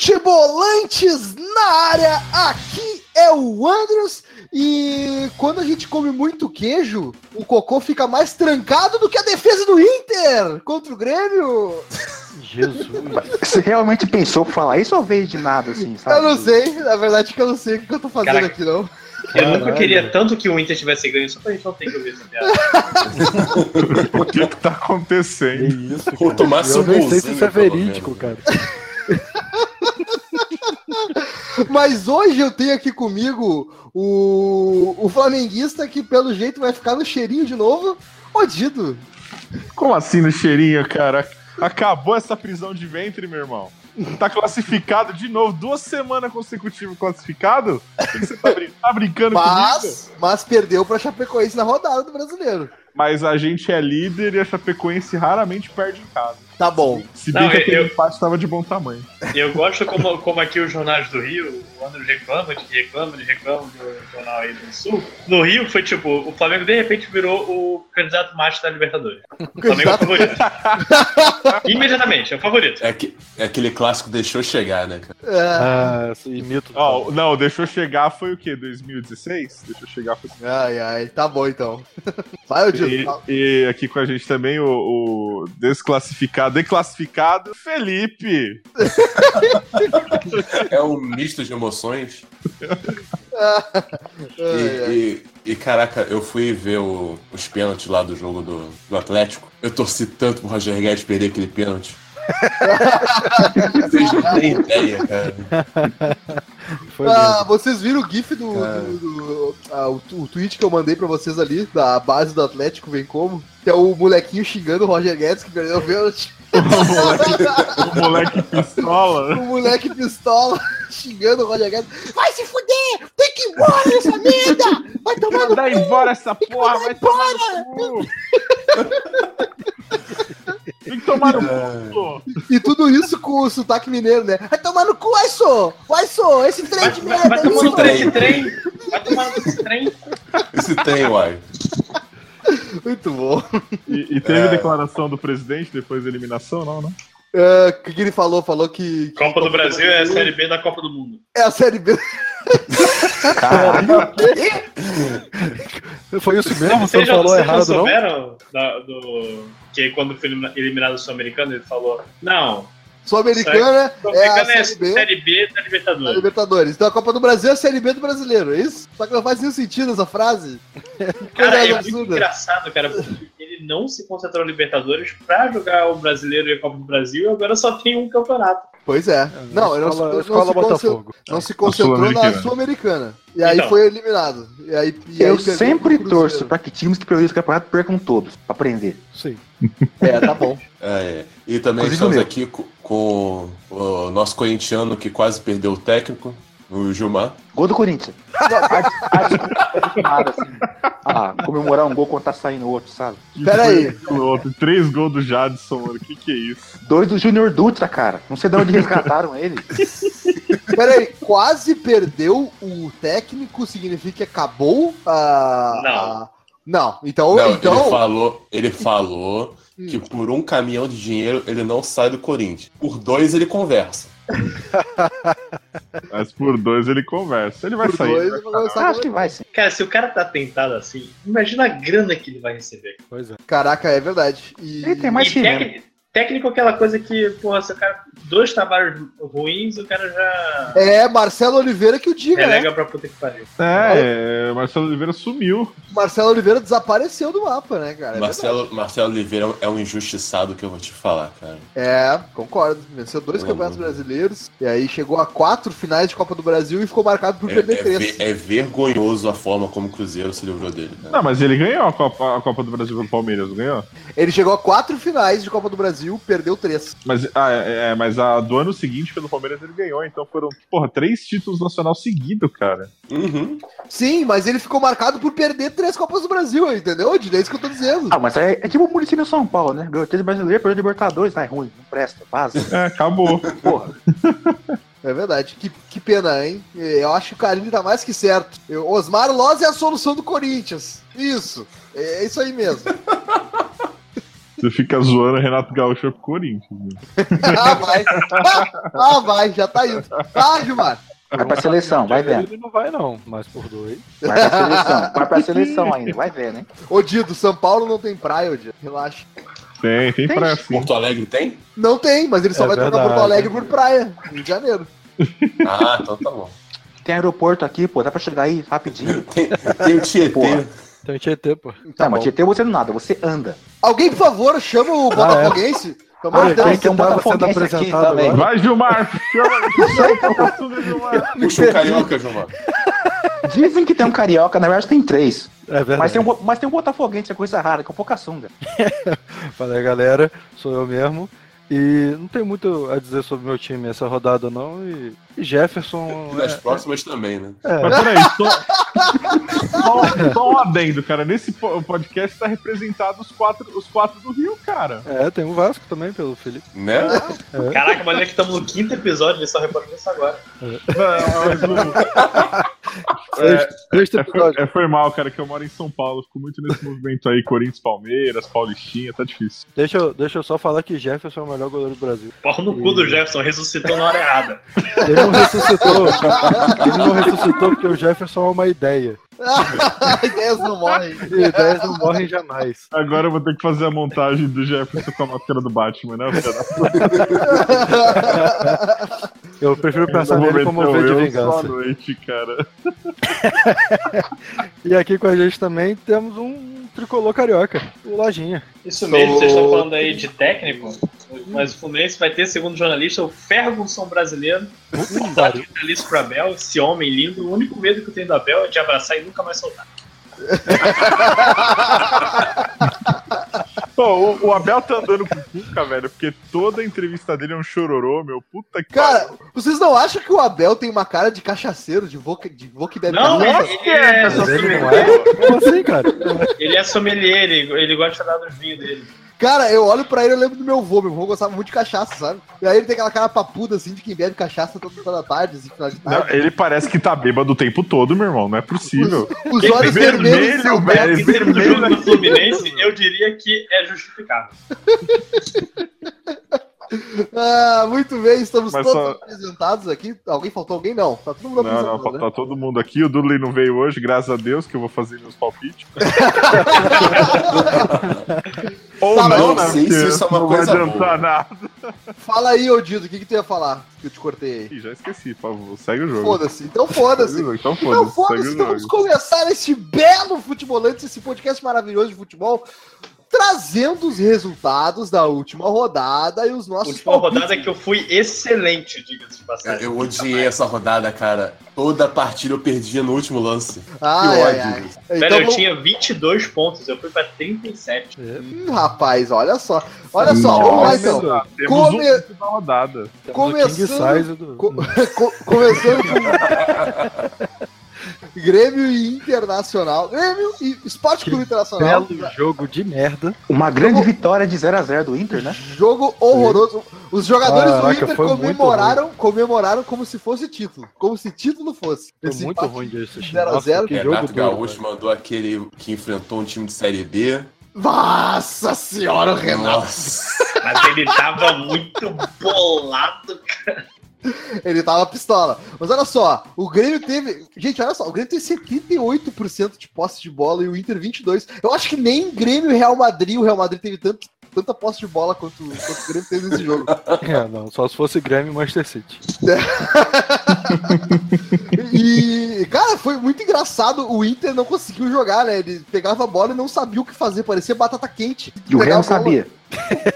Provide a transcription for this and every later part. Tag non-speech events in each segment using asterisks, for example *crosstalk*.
Futebolantes na área, aqui é o Andros e quando a gente come muito queijo, o cocô fica mais trancado do que a defesa do Inter contra o Grêmio. Jesus. Você realmente pensou falar isso ou veio de nada, assim, sabe? Eu não sei, na verdade que eu não sei o que eu tô fazendo Caraca. aqui não. Eu nunca queria tanto que o Inter tivesse ganho, só pra gente não ter que ouvir essa piada. O que que tá acontecendo? isso, Ou Tá tomasse Eu um nem sei se golzinho, isso é pelo verídico, cara. Mas hoje eu tenho aqui comigo o, o flamenguista que pelo jeito vai ficar no cheirinho de novo, o Dido. Como assim no cheirinho, cara? Acabou essa prisão de ventre, meu irmão. Tá classificado de novo, duas semanas consecutivas classificado? O que que Você tá, brin- tá brincando comigo? Mas, mas perdeu pra Chapecoense na rodada do brasileiro. Mas a gente é líder e a Chapecoense raramente perde em casa. Tá bom. Se bem Não, que eu- aquele eu- empate tava de bom tamanho. Eu gosto como, como aqui os jornais do Rio, o André reclama, de reclama, de reclama do jornal aí do Sul. No Rio foi tipo, o Flamengo de repente virou o candidato macho da Libertadores. O Flamengo é o favorito. Imediatamente, é o favorito. É, aque- é aquele clássico deixou chegar, né, cara? É. Ah, imito. Ó, não, deixou chegar foi o quê? 2016? Deixou chegar foi. Ai, ai, tá bom então. *laughs* Vai, o Dido. E, e aqui com a gente também o, o desclassificado, declassificado, Felipe. É um misto *laughs* de emoções. Ai, ai. E, e- e, caraca, eu fui ver o- os pênaltis lá do jogo do, do Atlético. Eu torci tanto pro Roger Guedes perder aquele *laughs* pênalti. Vocês não têm ideia, cara. Foi Ah, mesmo. vocês viram o gif do, do- do- ah, o, tu- o tweet que eu mandei pra vocês ali, da base do Atlético, vem como? Que é o molequinho xingando o Roger Guedes que perdeu o *laughs* pênalti. *laughs* O moleque pistola. O moleque pistola *laughs* xingando o Roger Guedes. Vai se fuder! Tem que ir embora essa merda! Vai tomar no Mandar embora essa porra, vai tomar no cu. Tem que tomar no É. cu. E tudo isso com o sotaque mineiro, né? Vai tomar no cu, Aiso! Aiso! Esse trem Vai, de vai, merda! vai aí, tomar no só- trem de trem! Vai tomar no trem! Esse tem, uai. Muito bom. E, e teve declaração do presidente depois da eliminação, não, né? Ah, O que que ele falou? Falou que Copa do Brasil é a Série B da Copa do Mundo. é a Série B. Caralho. Foi isso mesmo? É, Você não já- falou vocês já errado, não? souberam da- do, que quando foi eliminado o Sul-Americano, ele falou: Não, Sul-Americana é a Sul-Americano é, Série B. Série B da da Libertadores. Libertadores. Então a Copa do Brasil é a Série B do brasileiro, é isso? Só que não faz nenhum sentido essa frase. Cara, Coisa é muito absurda. engraçado, cara, porque ele não se concentrou na Libertadores pra jogar o Brasileiro e a Copa do Brasil e agora só tem um campeonato. Pois é. Não, ele não, se- escola, não escola se, concentrou, Botafogo. não se concentrou na Sul-Americana. Sul-Americana. E aí Então. foi eliminado. E aí, e aí Eu perdeu pro sempre Cruzeiro. torço pra que times que priorizam o campeonato percam todos, pra aprender. Sim. É, tá bom. É, é. E também Inclusive estamos o meu. aqui co- com, o nosso corintiano que quase perdeu o técnico, o Gilmar. Gol do Corinthians. A- a desculpa nada, assim. Ah, comemorar um gol quando tá saindo outro, sabe? Que Pera aí. foi pelo outro. Três gols do Jadson, mano. Que que é isso? Dois do Júnior Dutra, cara. Não sei de onde resgataram ele. Peraí, quase perdeu o técnico, significa que acabou a. Não. a- Não, então. Não, então... ele falou, *laughs* ele falou que por um caminhão de dinheiro ele não sai do Corinthians. Por dois ele conversa. Mas por dois ele conversa. Ele vai Por sair. dois, né? eu vou lançar Ah, Acho que vai sim. Cara, se o cara tá tentado assim, imagina a grana que ele vai receber. Pois é. Caraca, é verdade. E... Ele tem mais e que mesmo. técnico, técnico é aquela coisa que, porra, se o cara. Dois trabalhos ruins, o cara já É Marcelo Oliveira que o diga, né? relega pra puta que pariu. É, é, Marcelo Oliveira sumiu. Marcelo Oliveira desapareceu do mapa, né, cara? É Marcelo, Marcelo Oliveira é um injustiçado que eu vou te falar, cara. É, concordo. Venceu dois Pelo campeonatos amor de brasileiros. E aí chegou a quatro finais de Copa do Brasil e ficou marcado por É, perder é três. ver- é vergonhoso a forma como o Cruzeiro se livrou dele. Cara. Não, mas ele ganhou a Copa, a Copa do Brasil pelo Palmeiras, não ganhou? Ele chegou a quatro finais de Copa do Brasil, perdeu três. Mas, ah, é, é, mas a do ano seguinte, pelo Palmeiras, ele ganhou. Então foram, porra, três títulos nacional seguidos, cara. Uhum. Sim, mas ele ficou marcado por perder três Copas do Brasil, entendeu? De isso que eu tô dizendo. Ah, mas é, é tipo o município de São Paulo, né? Ganhou três brasileiros, perdeu Libertadores, tá é ruim, não presta, vaza. É, acabou. Porra. É verdade. Que, que pena, hein? Eu acho que o Carille tá mais que certo. Eu- Osmar é Loz é a solução do Corinthians. Isso. É isso aí mesmo. Você fica zoando o Renato Gaúcho pro Corinthians. né? *laughs* Ah, vai. Ah, vai, já tá indo. Ah, Gilmar. Vai pra seleção, vai vendo. Ele não vai, não, mas por dois. Vai pra seleção, vai pra seleção ainda, vai ver, né? Ô, Dido, São Paulo não tem praia, ô, Dido. Relaxa. Tem, tem praia sim. Porto Alegre tem? *laughs* Não tem, mas ele só É vai trocar verdade. Porto Alegre por praia, Rio de Janeiro. Ah, então tá bom. Tem aeroporto aqui, pô, dá pra chegar aí rapidinho. Tem, tem o Tietê. Porra. Tem Tietê, pô. Tá, mas Tietê você não nada, você anda. Alguém, por favor, chama o Botafoguense. Pelo amor de Ah, Deus. tem que- um botafoguense aqui também. Vai, Gilmar! Chama, chama, chama, Gilmar! Puxa o carioca, Gilmar. Dizem que tem um carioca, na verdade tem três. É verdade. Mas tem um, bo- mas tem um botafoguense, é coisa rara, que é um pouca sunga. Fala aí, galera. Sou eu mesmo. E não tem muito a dizer sobre meu time essa rodada, não. E, e Jefferson. E é- nas próximas também, né? Mas peraí, só, só, só um adendo, cara. Nesse po- podcast tá representado os quatro, os quatro do Rio, cara. é, tem o Vasco também, pelo Felipe. Né? Caraca, mas é que estamos no quinto episódio, ele só reparou isso agora. Não, mas o- Sexto- Sexto é, foi, episódio. é, foi mal, cara, que eu moro em São Paulo. Fico muito nesse movimento aí, Corinthians, Palmeiras, Paulistinha, tá difícil. Deixa eu, deixa eu só falar que Jefferson é o melhor goleiro do Brasil. Pau no cu do Jefferson, ressuscitou na hora errada. Ele não ressuscitou. *laughs* Ele não ressuscitou porque o Jefferson é uma ideia. *laughs* Ideias não morrem. E ideias não morrem jamais. Agora eu vou ter que fazer a montagem do Jefferson com a máscara do Batman, né? Cara? Eu prefiro pensar Eu vou nele como meter o V de eu vingança. só à noite, cara. E aqui com a gente também temos um tricolor carioca, o Lojinha. Isso mesmo, vocês estão falando aí de técnico, mas o Fluminense vai ter, segundo o jornalista, o Ferguson brasileiro. pariu. Alice pro Abel, esse homem lindo. O único medo que eu tenho do Abel é de abraçar e nunca mais soltar. Pô, o, o Abel tá andando com o Cuca, velho, porque toda a entrevista dele é um chororô, meu. Puta que Cara, vocês não acham que o Abel tem uma cara de cachaceiro, de boca de boca que bebe Não, cachaça? ele, ele é, Mas ele não sommelier, é? Como assim, cara? ele é sommelier, ele, ele gosta de dar dos vinhos dele. Cara, eu olho pra ele e lembro do meu avô. Meu avô gostava muito de cachaça, sabe? E aí ele tem aquela cara papuda, assim, de quem bebe cachaça toda, toda tarde, assim, final de Não, tarde. ele parece que tá bêbado o tempo todo, meu irmão. Não é possível. Os olhos vermelho, vermelhos. são velho. velhos. Em termos do É vermelho jogo do Fluminense, eu diria que é justificável. Ah, muito bem, estamos Mas todos só- apresentados aqui. Alguém faltou alguém? Não. Tá todo mundo Não, apresentado, não, né? tá todo mundo aqui. O Dudley não veio hoje, graças a Deus, que eu vou fazer meus palpites. Ou Tá, mas não, eu né? sei se porque isso é uma não coisa vai adiantar boa. nada. Fala aí, ô Dido, o que, que tu ia falar? Que eu te cortei aí. Ih, já esqueci, por favor. Segue o jogo. Foda-se, então Segue o *laughs* foda-se. jogo, Então Então foda-se, foda-se, segue então o vamos jogo. começar este belo futebolante, esse podcast maravilhoso de futebol, trazendo os resultados da última rodada e os A nossos última palpites. rodada é que eu fui excelente, diga-se de Cara, passagem. eu odiei essa rodada, cara. Toda partida eu perdia no último lance. Ai, ai, que ódio. ai. Velho, Então, eu vamos- tinha 22 pontos, eu fui pra 37. Hum, rapaz, olha só. *laughs* Olha só, vamos lá Nossa, então. Temos Come- um da rodada. Temos o Começando- King Size do... Co- *laughs* co- começando com *laughs* Grêmio e Internacional. Grêmio e Esporte Clube Internacional. Belo jogo de merda. Uma grande vitória de 0x0 do Inter, né? Jogo horroroso. Os jogadores do Caraca, Inter foi muito comemoraram, comemoraram como se fosse título. Como se título fosse. Foi Esse muito empate- ruim de assistir. 0 a né? Nossa, 0. que jogo Renato duro, Gaúcho velho. mandou aquele que enfrentou um time de Série B. Nossa senhora, o Renato. Nossa. Mas ele tava muito bolado. Ele tava pistola. Mas olha só, o Grêmio teve. Gente, olha só, o Grêmio teve 78% de posse de bola e o Inter 22%. Eu acho que nem Grêmio e Real Madrid, o Real Madrid teve tanto, tanta posse de bola quanto, quanto o Grêmio teve nesse *laughs* jogo. É, não, só se fosse Grêmio e Manchester City. E, cara, foi muito engraçado. O Inter não conseguiu jogar, né? Ele pegava a bola e não sabia o que fazer, parecia batata quente. E o Pegava Grêmio a bola-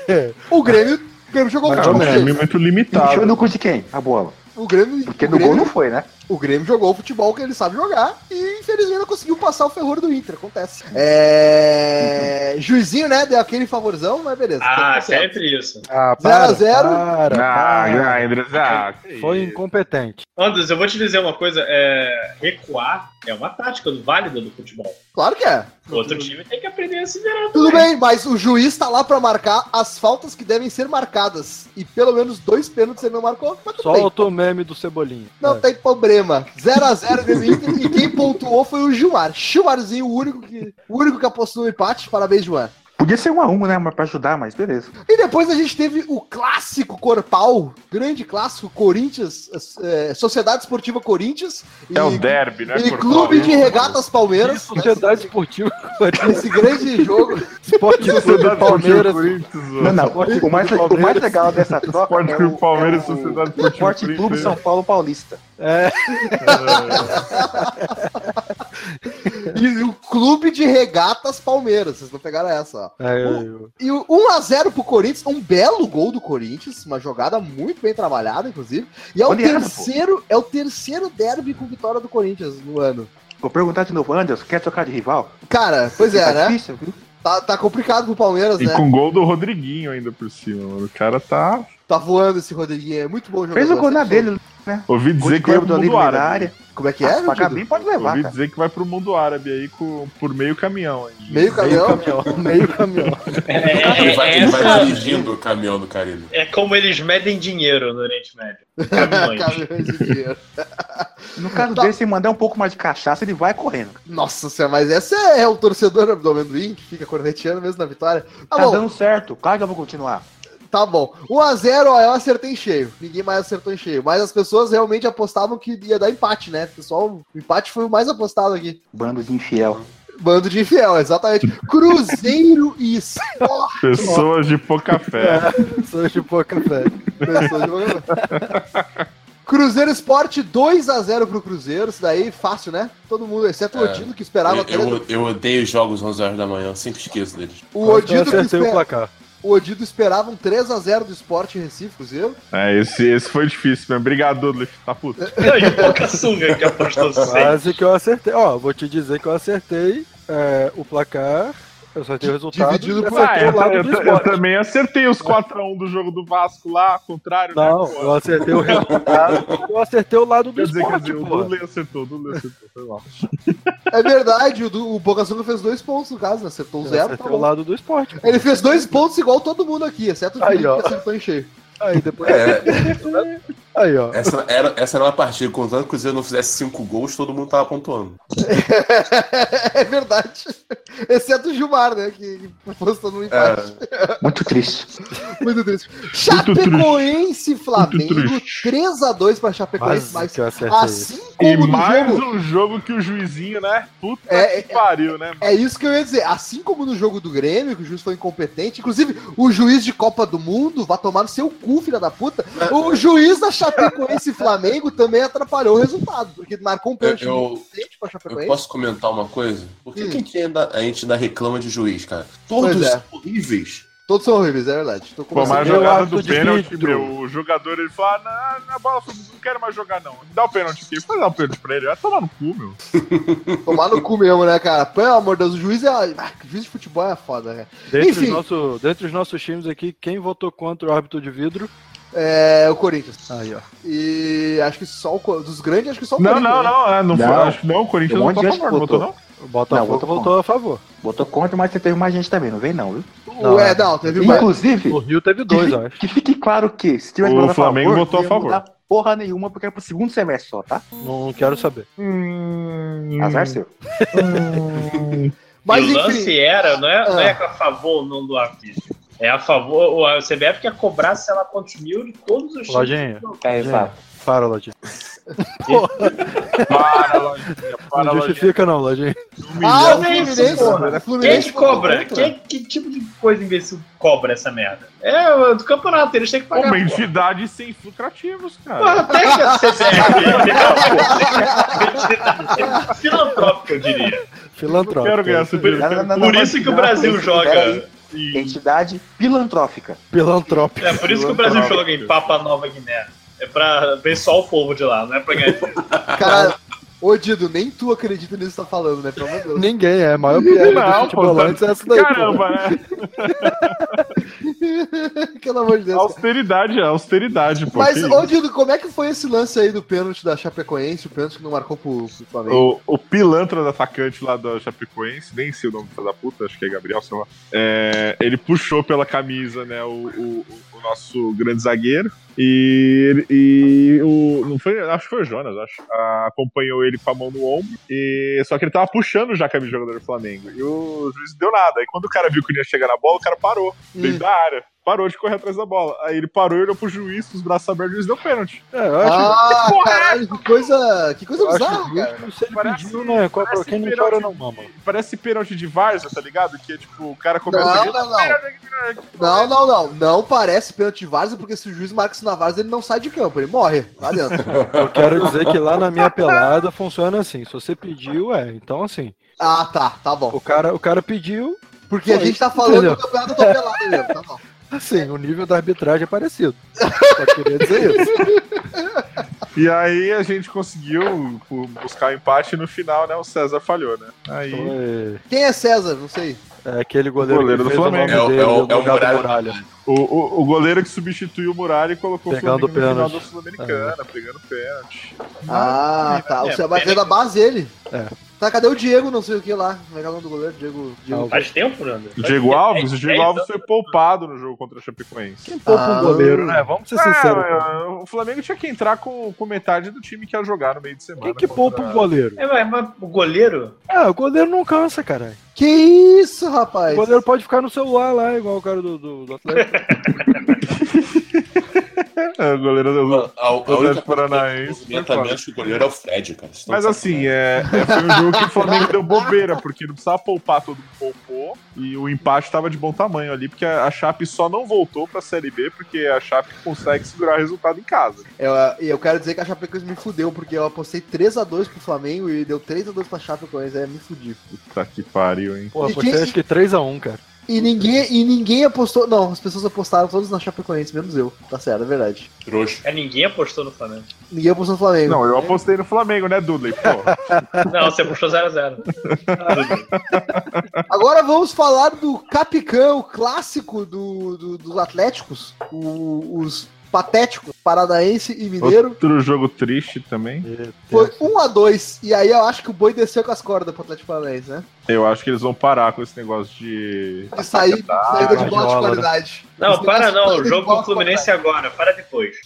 sabia. O Grêmio, o Grêmio jogou Mas Cara, futebol. um time dele. muito E foi limitado. no cu de quem? A bola. O Grêmio, Porque o no gol Grêmio, não foi, né? o Grêmio jogou o futebol que ele sabe jogar e infelizmente não conseguiu passar o ferror do Inter. Acontece. É... *laughs* Juizinho, né? Deu aquele favorzão, mas beleza. Ah, Tá certo. sempre isso. Ah, para, Ah, Para, ah, Andres, ah, que Foi isso. incompetente. Anderson, eu vou te dizer uma coisa: é, recuar é uma tática válida do futebol. Claro que é. O outro time tem que aprender a se virar. Tudo também. bem, mas o juiz tá lá pra marcar as faltas que devem ser marcadas. E pelo menos dois pênaltis ele não marcou, mas tudo bem. Solta o meme do Cebolinha. Não É. tem problema. 0x0 Grêmio e Inter e quem pontuou foi o Gilmar. Gilmarzinho, o único que, o único que apostou no empate. Parabéns, Gilmar. Podia ser um a um, né? Mas pra ajudar, mas beleza. E depois a gente teve o clássico corpal, grande clássico Corinthians, eh, Sociedade Esportiva Corinthians e, É o derby, né? e Corpal? Clube de Regatas Que Palmeiras. né, sociedade esportiva *laughs* Corinthians, Esse grande jogo. esporte Clube Sociedade Esportiva Palmeiras. Corinthians, Não, mano. não. Esporte O mais, Clube o mais Palmeiras. legal *laughs* dessa troca Esporte é Clube o- Palmeiras, tá é o Sociedade *laughs* Esportiva Esporte Clube Corinthians. é São Paulo Paulista. É, E o Clube de Regatas Palmeiras. Vocês não pegaram essa, ó. é, E o 1x0 pro Corinthians, um belo gol do Corinthians, uma jogada muito bem trabalhada, inclusive. E é o Goleada, pô. terceiro, é o terceiro derby com vitória do Corinthians no ano. Vou perguntar de novo, Anderson, quer trocar de rival? Cara, pois é, tá né? difícil, viu? Tá, tá complicado com o Palmeiras, E né? com gol do Rodriguinho ainda por cima, mano. O cara tá. Tá voando esse Rodriguinho, é muito bom jogador. Fez o gol na dele, Ouvi dizer que vai pro mundo na árabe. área. Como é que é, Ah, pra Dudu? Gabi pode levar, Ouvi cara. dizer que vai pro mundo árabe aí com, por meio caminhão. Aí. Meio meio caminhão. *laughs* caminhão, meio caminhão. É, é- Ele vai, é ele vai essa- dirigindo o caminhão do Caribe. é como eles medem dinheiro no Oriente Médio. Caminhões. Caminhões de dinheiro. No caso Tá. dele, se mandar um pouco mais de cachaça, ele vai correndo. Nossa senhora, mas essa é o torcedor do amendoim, que fica corneteando mesmo na vitória. Tá Tá bom, dando certo, claro que eu vou continuar. Tá bom. 1x0, ó, eu acertei em cheio. Ninguém mais acertou em cheio. Mas as pessoas realmente apostavam que ia dar empate, né? Pessoal, o empate foi o mais apostado aqui. Bando de infiel. Bando de infiel, exatamente. Cruzeiro e Sport. Pessoas de pouca fé. Sou de pouca fé. Pessoal de Boca- Cruzeiro Sport 2x0 pro Cruzeiro. Isso daí, fácil, né? Todo mundo, exceto o É. Odino, que esperava. Eu, três- eu, eu odeio os jogos 11 horas da manhã, eu sempre esqueço deles. o, Odino que acertei o esper... placar. o Odino esperava um 3x0 do Sport em Recife, Cruzeiro. É, esse, esse foi difícil mesmo. Obrigado, Lif. Tá puto. E o Pocassunga que apostou sempre. Quase que eu acertei. Ó, vou te dizer que eu acertei é, o placar. Eu acertei o resultado. Dividido e por- um. Ah, acertei eu, o um lado eu- do eu esporte. também acertei os 4x1 do jogo do Vasco lá, ao contrário. né? Não, eu acertei o resultado. Eu acertei o lado do Quer dizer, quer esporte, dizer, o pô. Dudley acertou, o Dudley acertou, foi mal. É verdade, o, do... o Boca Sanga fez dois pontos, no caso, né? Acertou o Eu zero. tá acertei bom. o lado do esporte. pô. Ele fez dois pontos igual todo mundo aqui, exceto o Aí, Felipe ó. que acertou em cheio. *laughs* Aí depois. É, Aí, ó. essa, era, essa era uma partida, contando que o Cruzeiro não fizesse cinco gols, todo mundo tava pontuando. é verdade. Exceto o Gilmar, né? Que que postou no É, empate. Muito triste. É. Muito triste. Chapecoense e Flamengo. triste. 3x2 pra Chapecoense. Quase Mas que eu acertei. assim E como no mais jogo. um jogo que o juizinho, né? Puta É, que pariu, né? É isso que eu ia dizer. Assim como no jogo do Grêmio, que o juiz foi incompetente, inclusive o juiz de Copa do Mundo vai tomar no seu cu, filha da puta. É. O juiz da Chapecoense e Flamengo também atrapalhou o resultado, porque marcou um pênalti Eu- eu- incompetente pra Eu Chapecoense. posso comentar uma coisa? Por que, Hum. que a, gente ainda, a gente ainda reclama de juiz, cara? Pois Todos é. são horríveis. Todos são horríveis, é verdade. Tô Pô, começando- mas a eu jogada acho do de pênalti, vidro. meu, o jogador ele fala: não, minha bola foi- não quero mais jogar, não. Me Dá o pênalti aqui, vai dar o pênalti pra ele, vai tomar no cu, meu. Tomar no cu mesmo, né, cara? Pelo amor de Deus, o juiz é. ah, juiz de futebol é foda, né? Dentre, os Enfim. nosso- dentre os nossos times aqui, quem votou contra o árbitro de vidro? É o Corinthians. Aí, ó. E acho que só o. Co- Dos grandes, acho que só o Não, Corinthians. não, né? não, é, não, foi- Não. acho que não, o Corinthians Um não monte tá de a gente favor, não votou, não? O Botafogo votou votou a favor. Botou contra, mas você teve mais gente também, não vem não, viu? Não, é, é. não, teve mais. Inclusive, O Rio teve que, *laughs* dois, fi- eu acho. que fique claro que se tivesse O votado Flamengo votou não a ia favor. mudar Porra nenhuma, porque é pro segundo semestre só, tá? Não quero saber. Azar seu. Mas e o lance enfim, era, não é, não é a favor ou não do árbitro. É a favor, o a CBF quer cobrar, sei lá quantos mil de todos os times. Lojinha, É, exato. exato. para, Lojinha. Para, Lojinha, para, Não Lojinha. justifica não, Lojinha. Ah, o milhão de Fluminense, pessoas, porra. né? Quem é Fluminense que cobra? votou contra. Quem, que tipo de coisa imbecil cobra essa merda? É o do campeonato, eles têm que pagar. Uma porra. entidade sem lucrativos, cara. Porra, até que a *laughs* CBF. Filantrópico, eu diria. *laughs* Filantrópico. Quero ganhar essa Filantrópico. Não, não, não, Por não, isso mas- que o não, Brasil mas- joga. peraí. em- Entidade filantrófica. Filantrópico. É por isso que o Brasil joga em Papa Nova Guiné. É pra ver só o povo de lá, não é pra ganhar dinheiro. Cara, ô Dido, nem tu acredita nisso que tá falando, né? Pelo amor de Deus. *laughs* Ninguém é. A maior piada Não, dos futebolantes é essa daí. pô. Caramba, né? *laughs* Pelo amor de Deus. cara. Austeridade, é austeridade, pô. Mas, que ô Dido, como é que foi esse lance aí do pênalti da Chapecoense, o pênalti que não marcou pro, pro Flamengo? O, o pilantra do atacante lá da Chapecoense, nem sei o nome da puta, acho que é Gabriel, sei lá. É, ele puxou pela camisa, né, o, o, o- o nosso grande zagueiro. E, e o, não foi, acho que foi o Jonas, acho. Ah, acompanhou ele com a mão no ombro. E, só que ele tava puxando já a camisa do jogador do Flamengo. E o juiz não deu nada. E quando o cara viu que ele ia chegar na bola, o cara parou. Hum. Veio da área. Parou de correr atrás da bola. Aí ele parou e olhou pro juiz, com os braços abertos, o juiz deu pênalti. É, eu acho, Ah, Porra! caralho, que coisa, que coisa é eu acho bizarra, cara. justo se ele Parece- pediu, né? Qual- parece Quem não pênalti. chora não mama. Parece pênalti de Varza, tá ligado? Que é tipo, o cara começa a Não, gritar, não, não. "Pênalti, pênalti". Não, não, não. Não parece pênalti de várzea, porque se o juiz marca isso na várzea, ele não sai de campo, ele morre lá dentro. *laughs* Eu quero dizer que lá na *laughs* minha pelada funciona assim. Se você pediu, é. Então, assim, Ah, tá, tá bom. o cara, o cara pediu, Porque a Foi, gente tá falando entendeu? do campeonato atropelado mesmo, tá bom. assim, o nível da arbitragem é parecido. Só queria dizer *laughs* isso. E aí a gente conseguiu pô, buscar o empate e no final, né? O César falhou, né? Aí. Foi- Quem é César? Não sei. Então, É aquele goleiro, Goleiro que do fez Flamengo. o nome dele, É o- é o- no é o lugar do Muralha. Muralha. O, o, o goleiro que substituiu o Muralha e colocou Pegando o Flamengo no final pênalti. da Sul-Americana, pegando pênalti. Ah, tá. O é, César mas é da base dele. É. Tá, cadê o Diego, não sei o que lá? Como é que é o nome do goleiro? Diego. Diego. *laughs* Faz tempo, Nando. O Faz Diego tempo. Alves, o É, Diego é, Alves então. foi poupado no jogo contra o Chapecoense. Quem poupa Ah. um goleiro, né? Vamos ser sinceros. Ah, o Flamengo tinha que entrar com, com metade do time que ia jogar no meio de semana. Quem que poupa um contra- goleiro? É, mas, mas o goleiro. Ah, o goleiro não cansa, caralho. Que isso, Ah. O rapaz? goleiro pode ficar no celular lá, igual o cara do, do, do Atlético. É, o goleiro do Mano, a, a única Atlético coisa Paranaense, que movimenta foi foda. menos que o goleiro é o Fred, cara. Vocês tão Mas de assim, é, é, foi um jogo que o Flamengo deu bobeira, porque não precisava poupar, todo mundo poupou, e o empate tava de bom tamanho ali, porque a, a Chape só não voltou pra Série B, porque a Chape consegue segurar o resultado em casa. Eu, eu quero dizer que a Chapecoense me fudeu, porque eu apostei 3x2 pro Flamengo e deu 3x2 pra Chapecoense, é, me fudi. Puta que pariu, hein? Porra, E você quem- acha que 3x1, cara. E ninguém, e ninguém apostou, não, as pessoas apostaram todas na Chapecoense, menos eu, tá certo, é verdade. Trouxa. É, ninguém apostou no Flamengo. Ninguém apostou no Flamengo. Não, eu apostei no Flamengo, né, Dudley? Porra. Não, você apostou 0x0. Agora vamos falar do Capicão, o clássico do, do- dos Atléticos, o- os patéticos, Paranaense e Mineiro. Outro jogo triste também. Foi 1 a 2 e aí eu acho que o boi desceu com as cordas pro Atlético Paranaense, né? Eu acho que eles vão parar com esse negócio de. De sair, saída de bola de Guardiola, né? qualidade. Não, Esse para negócio de não. saída de Jogo bola com o de Fluminense agora. Para depois.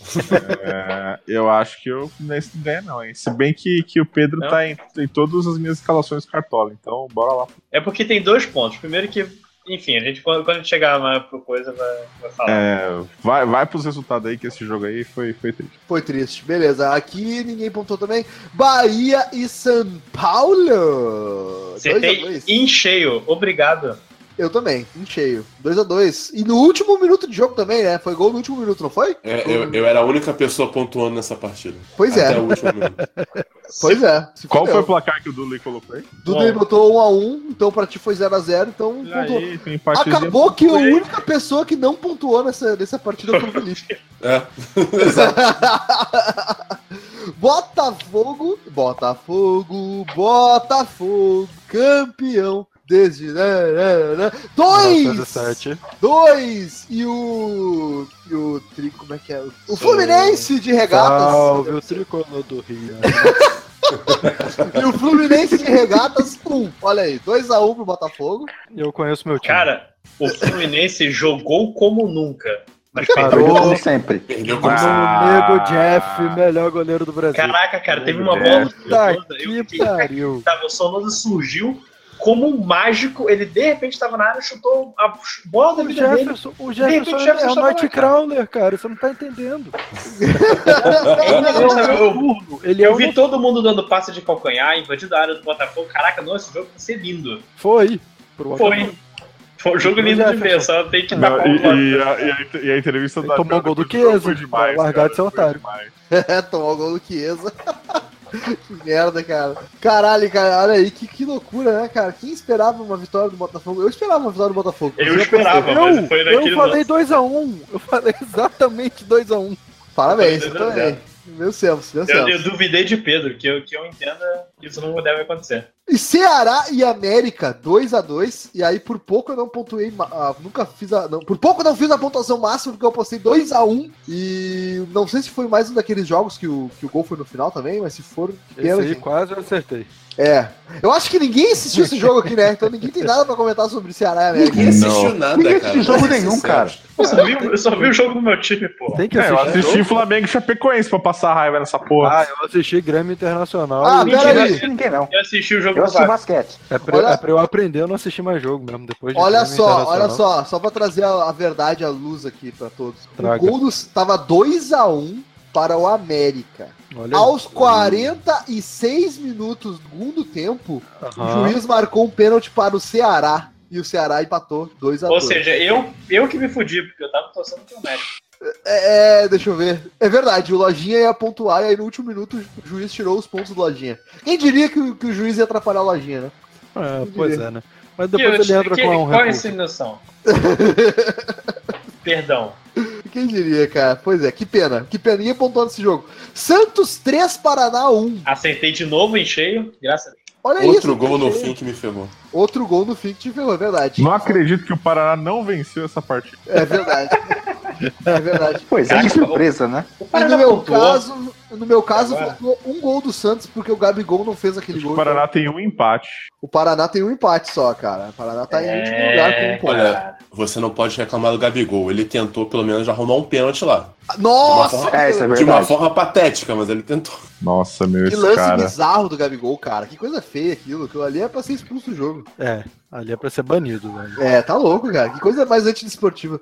é, eu acho que o Fluminense não ganha, não, hein? Se bem que, que o Pedro Não. tá em, em todas as minhas escalações cartola, então bora lá. É porque tem dois pontos. Primeiro que, enfim, a gente quando, quando a gente chegar mais pro coisa vai, vai falar. É, vai, vai pros resultados aí, que esse jogo aí foi, foi triste. Foi triste. Beleza, aqui ninguém pontou também. Bahia e São Paulo. Você 2 a tem 2 em cheio. Obrigado. Eu também, em cheio. 2 a 2 E no último minuto de jogo também, né? Foi gol no último minuto, não foi? É, eu, eu era a única pessoa pontuando nessa partida. Pois é, Até o último minuto. pois é. Se Qual foi fudeu. o placar que o Dudley colocou aí? Dudu ele botou 1x1, então pra ti foi 0x0, então pontuou. Aí, tem empatezinho. Acabou que a Ei. única pessoa que não pontuou nessa, nessa partida foi o Felipe. É. Exato. Botafogo, Botafogo, Botafogo, campeão desde... né, Dois! 17. Dois! E o... E o... Tri, como é que é? O Fluminense de regatas. Salve o tricolor do Rio. E o Fluminense de regatas, um. Olha aí, 2x1 pro Botafogo. *laughs* Eu conheço meu time. Cara, o Fluminense jogou como nunca. Mas Parou. perdeu. Perdeu como sempre. Perdeu Como como sempre. Ah. o Nego Jeff, melhor goleiro do Brasil. Caraca, cara, teve uma bola Jeff. Puta redonda, eu que fiquei- pariu. Tava, o Sonoso surgiu como um mágico. Ele de repente tava na área, chutou a bola da O vida dele. Jefferson, o repente, Jefferson, o Jefferson é o tava lá, Nightcrawler, cara. Você não tá entendendo. é um Não, eu- Burro, Ele é Eu o vi todo mundo dando passe de calcanhar, invadindo a área do Botafogo. Caraca, não, esse jogo vai ser lindo. Foi. Pro Foi. Foi um jogo lindo de ver, só tem que dar Não, palma. e, e a, e a inter- e a entrevista Ele da tomou gol do depois jogo Chiesa, foi pra largar cara, de ser foi otário. demais. É, tomou o gol do Chiesa. *laughs* que merda, cara. Caralho, cara, olha aí, que, que loucura, né, cara? Quem esperava uma vitória do Botafogo? Eu esperava uma vitória do Botafogo. Eu Você esperava. apostou. mas foi Eu, naquele eu falei 2x1. Eu falei *laughs* exatamente 2x1. Parabéns, eu Eu falei também. Vencemos, Eu, vencemos. eu duvidei de Pedro, que eu, que eu entenda. Isso não deve acontecer. E Ceará e América, 2 a 2 E aí, por pouco eu não pontuei. ma- ah, nunca fiz a. não, por pouco eu não fiz a pontuação máxima, porque eu postei 2 a 1 E não sei se foi mais um daqueles jogos que o, que o gol foi no final também, mas se for. que pena, Esse aí gente. quase eu acertei. É. Eu acho que ninguém assistiu esse jogo aqui, né? Então ninguém tem nada pra comentar sobre Ceará e América. Ninguém assistiu nada, Ninguém cara. assistiu jogo Pra ser nenhum, sincero. cara. Eu É, só vi, eu só vi o jogo do meu time, pô. Tem que É, eu assistir. assisti Flamengo e Chapecoense pra passar raiva nessa porra. Ah, eu assisti Grêmio Internacional. Ah, e- pera Ninguém aí. assistiu ninguém, não. Eu assisti o jogo Eu do assisti Vasco. basquete. É pra, Olha- é pra eu aprender eu não assistir mais jogo mesmo depois de Olha Grêmio só, olha Internacional. só, só pra trazer a, a verdade à luz aqui pra todos. Traga. O gol do, tava 2 a 1 para o América. Olha aí. Aos 46 minutos do segundo tempo, Aham. o juiz marcou um pênalti para o Ceará. E o Ceará empatou 2 a Ou 2 seja, eu, eu que me fudi, porque eu tava torcendo pro México. É, é, deixa eu ver. É verdade, o Lojinha ia pontuar e aí no último minuto o juiz tirou os pontos do Lojinha. Quem diria que, o- que o juiz ia atrapalhar o Lojinha, né? É, pois é, né? Mas depois ele entra que, com um Qual é a recurso. insinuação? *laughs* Perdão. Quem diria, cara? Pois é, que pena. Que pena. Ia pontuando esse jogo. Santos 3, Paraná 1. Acertei de novo em cheio, graças a Deus. Olha É isso. Outro gol no fim que me ferrou. Outro gol no fim que te ferrou, é verdade. Não acredito que o Paraná não venceu essa partida. É verdade. É verdade. Pois é, que surpresa, né? O E Paraná no meu pontuou. caso, no meu caso, Agora. faltou um gol do Santos, porque o Gabigol não fez aquele Acho gol. que o Paraná tem um empate. O Paraná tem um empate só, cara. O Paraná tá em último É, lugar com um ponto. Olha, Você não pode reclamar do Gabigol. Ele tentou pelo menos arrumar um pênalti lá. Nossa! É, isso é De uma verdade. forma patética, mas ele tentou. Nossa, meu, Que esse lance cara. bizarro do Gabigol, cara. Que coisa feia aquilo. Aquilo ali é pra ser expulso do jogo. É, ali é pra ser banido, velho. É, tá louco, cara. Que coisa mais antidesportiva.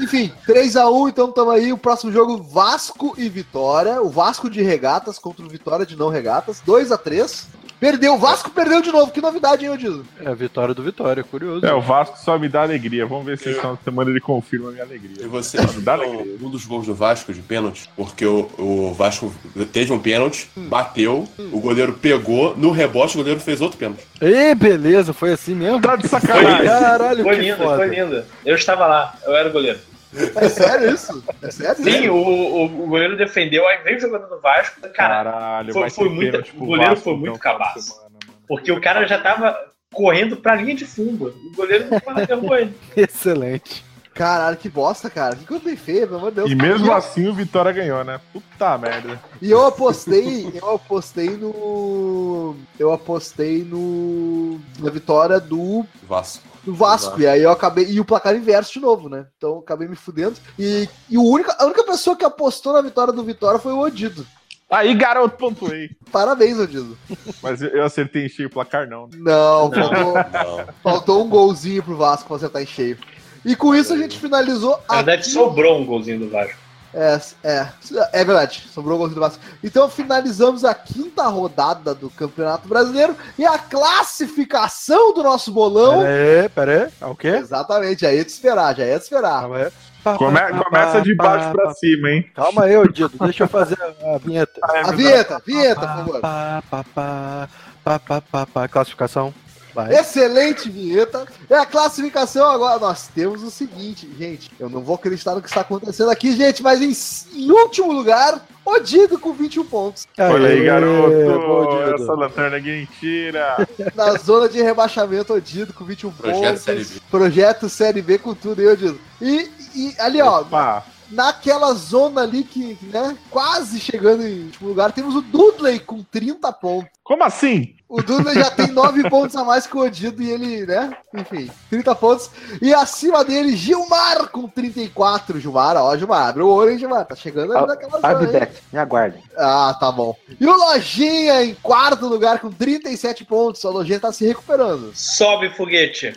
Enfim, 3x1, então tamo aí. O próximo jogo, Vasco e Vitória. O Vasco de regatas contra o Vitória de não regatas. 2x3. Perdeu. O Vasco perdeu de novo. Que novidade, hein, Odilo? É a vitória do Vitória, curioso. É, o Vasco só me dá alegria. Vamos ver se esse final de semana ele confirma a minha E alegria. vocês Dá viram alegria. um dos gols do Vasco de pênalti? Porque o, o Vasco teve um pênalti, bateu, o goleiro pegou, no rebote o goleiro fez outro pênalti. Ê, beleza, foi assim mesmo? Tá de sacanagem. Caralho, Foi que lindo, foda. foi lindo. Eu estava lá, eu era o goleiro. É sério isso? É sério Sim, isso? o, o, o goleiro defendeu, aí veio jogando no Vasco. Cara, Caralho, Foi- vai foi ter muita- pênalti pro o goleiro Vasco, foi muito então, final de cabaço. semana, mano. porque o cara já tava correndo pra linha de fundo. O goleiro não marcou ele. Excelente. Caralho, que bosta, cara. Que coisa bem feia, pelo amor de Deus. E mesmo eu, assim o Vitória ganhou, né? Puta merda. E eu apostei, eu apostei no. Eu apostei no. Na vitória do Vasco. do Vasco. E aí eu acabei. E o placar inverso de novo, né? Então eu acabei me fudendo. E, e o única, a única pessoa que apostou na vitória do Vitória foi o Odido. Aí, garoto, pontuei. Parabéns, Odido. Mas eu- eu acertei em cheio o placar, não. Não, Não. Faltou, Não. faltou um golzinho pro Vasco pra acertar em cheio. E com isso a gente finalizou Na verdade, aqui- sobrou um golzinho do Vasco. É, é, é verdade, sobrou o golzinho do Vasco. Então finalizamos a quinta rodada do Campeonato Brasileiro e a classificação do nosso bolão. Pera aí, pera aí. É o quê? Exatamente, já ia te esperar, já ia te esperar. Calma aí. Pá, Come- pá, pá, começa de Ah, pá, baixo pá, pra pá. cima, hein? Calma aí, Odido. Deixa eu fazer a, a vinheta. A vinheta, a vinheta, por favor. Pá, pá, pá, pá, pá, pá, pá. Classificação. Vai. Excelente vinheta. É a classificação agora. Nós temos o seguinte, gente. Eu não vou acreditar no que está acontecendo aqui, gente, mas em, em último lugar, o Dido com 21 pontos. Olha aí, Aê, boa, garoto. Odido. Essa lanterna aqui é mentira. Na zona de rebaixamento, o Dido com 21 Projeto pontos. Série B. Projeto Série B com tudo, hein, o Dido? E, e ali, ó, Opa. naquela zona ali que, né, quase chegando em último lugar, temos o Dudley com 30 pontos. Como assim? O Dudley já tem 9 pontos a mais que o Odido e ele, né? Enfim, 30 pontos. E acima dele, Gilmar com 34. Gilmar, ó, Gilmar, abre o olho, hein, Gilmar. Tá chegando ali Ah, naquela zona. hein? Arbitec, me aguardem. Ah, tá bom. E o Lojinha em quarto lugar com 37 pontos. O Lojinha tá se recuperando. Sobe foguete.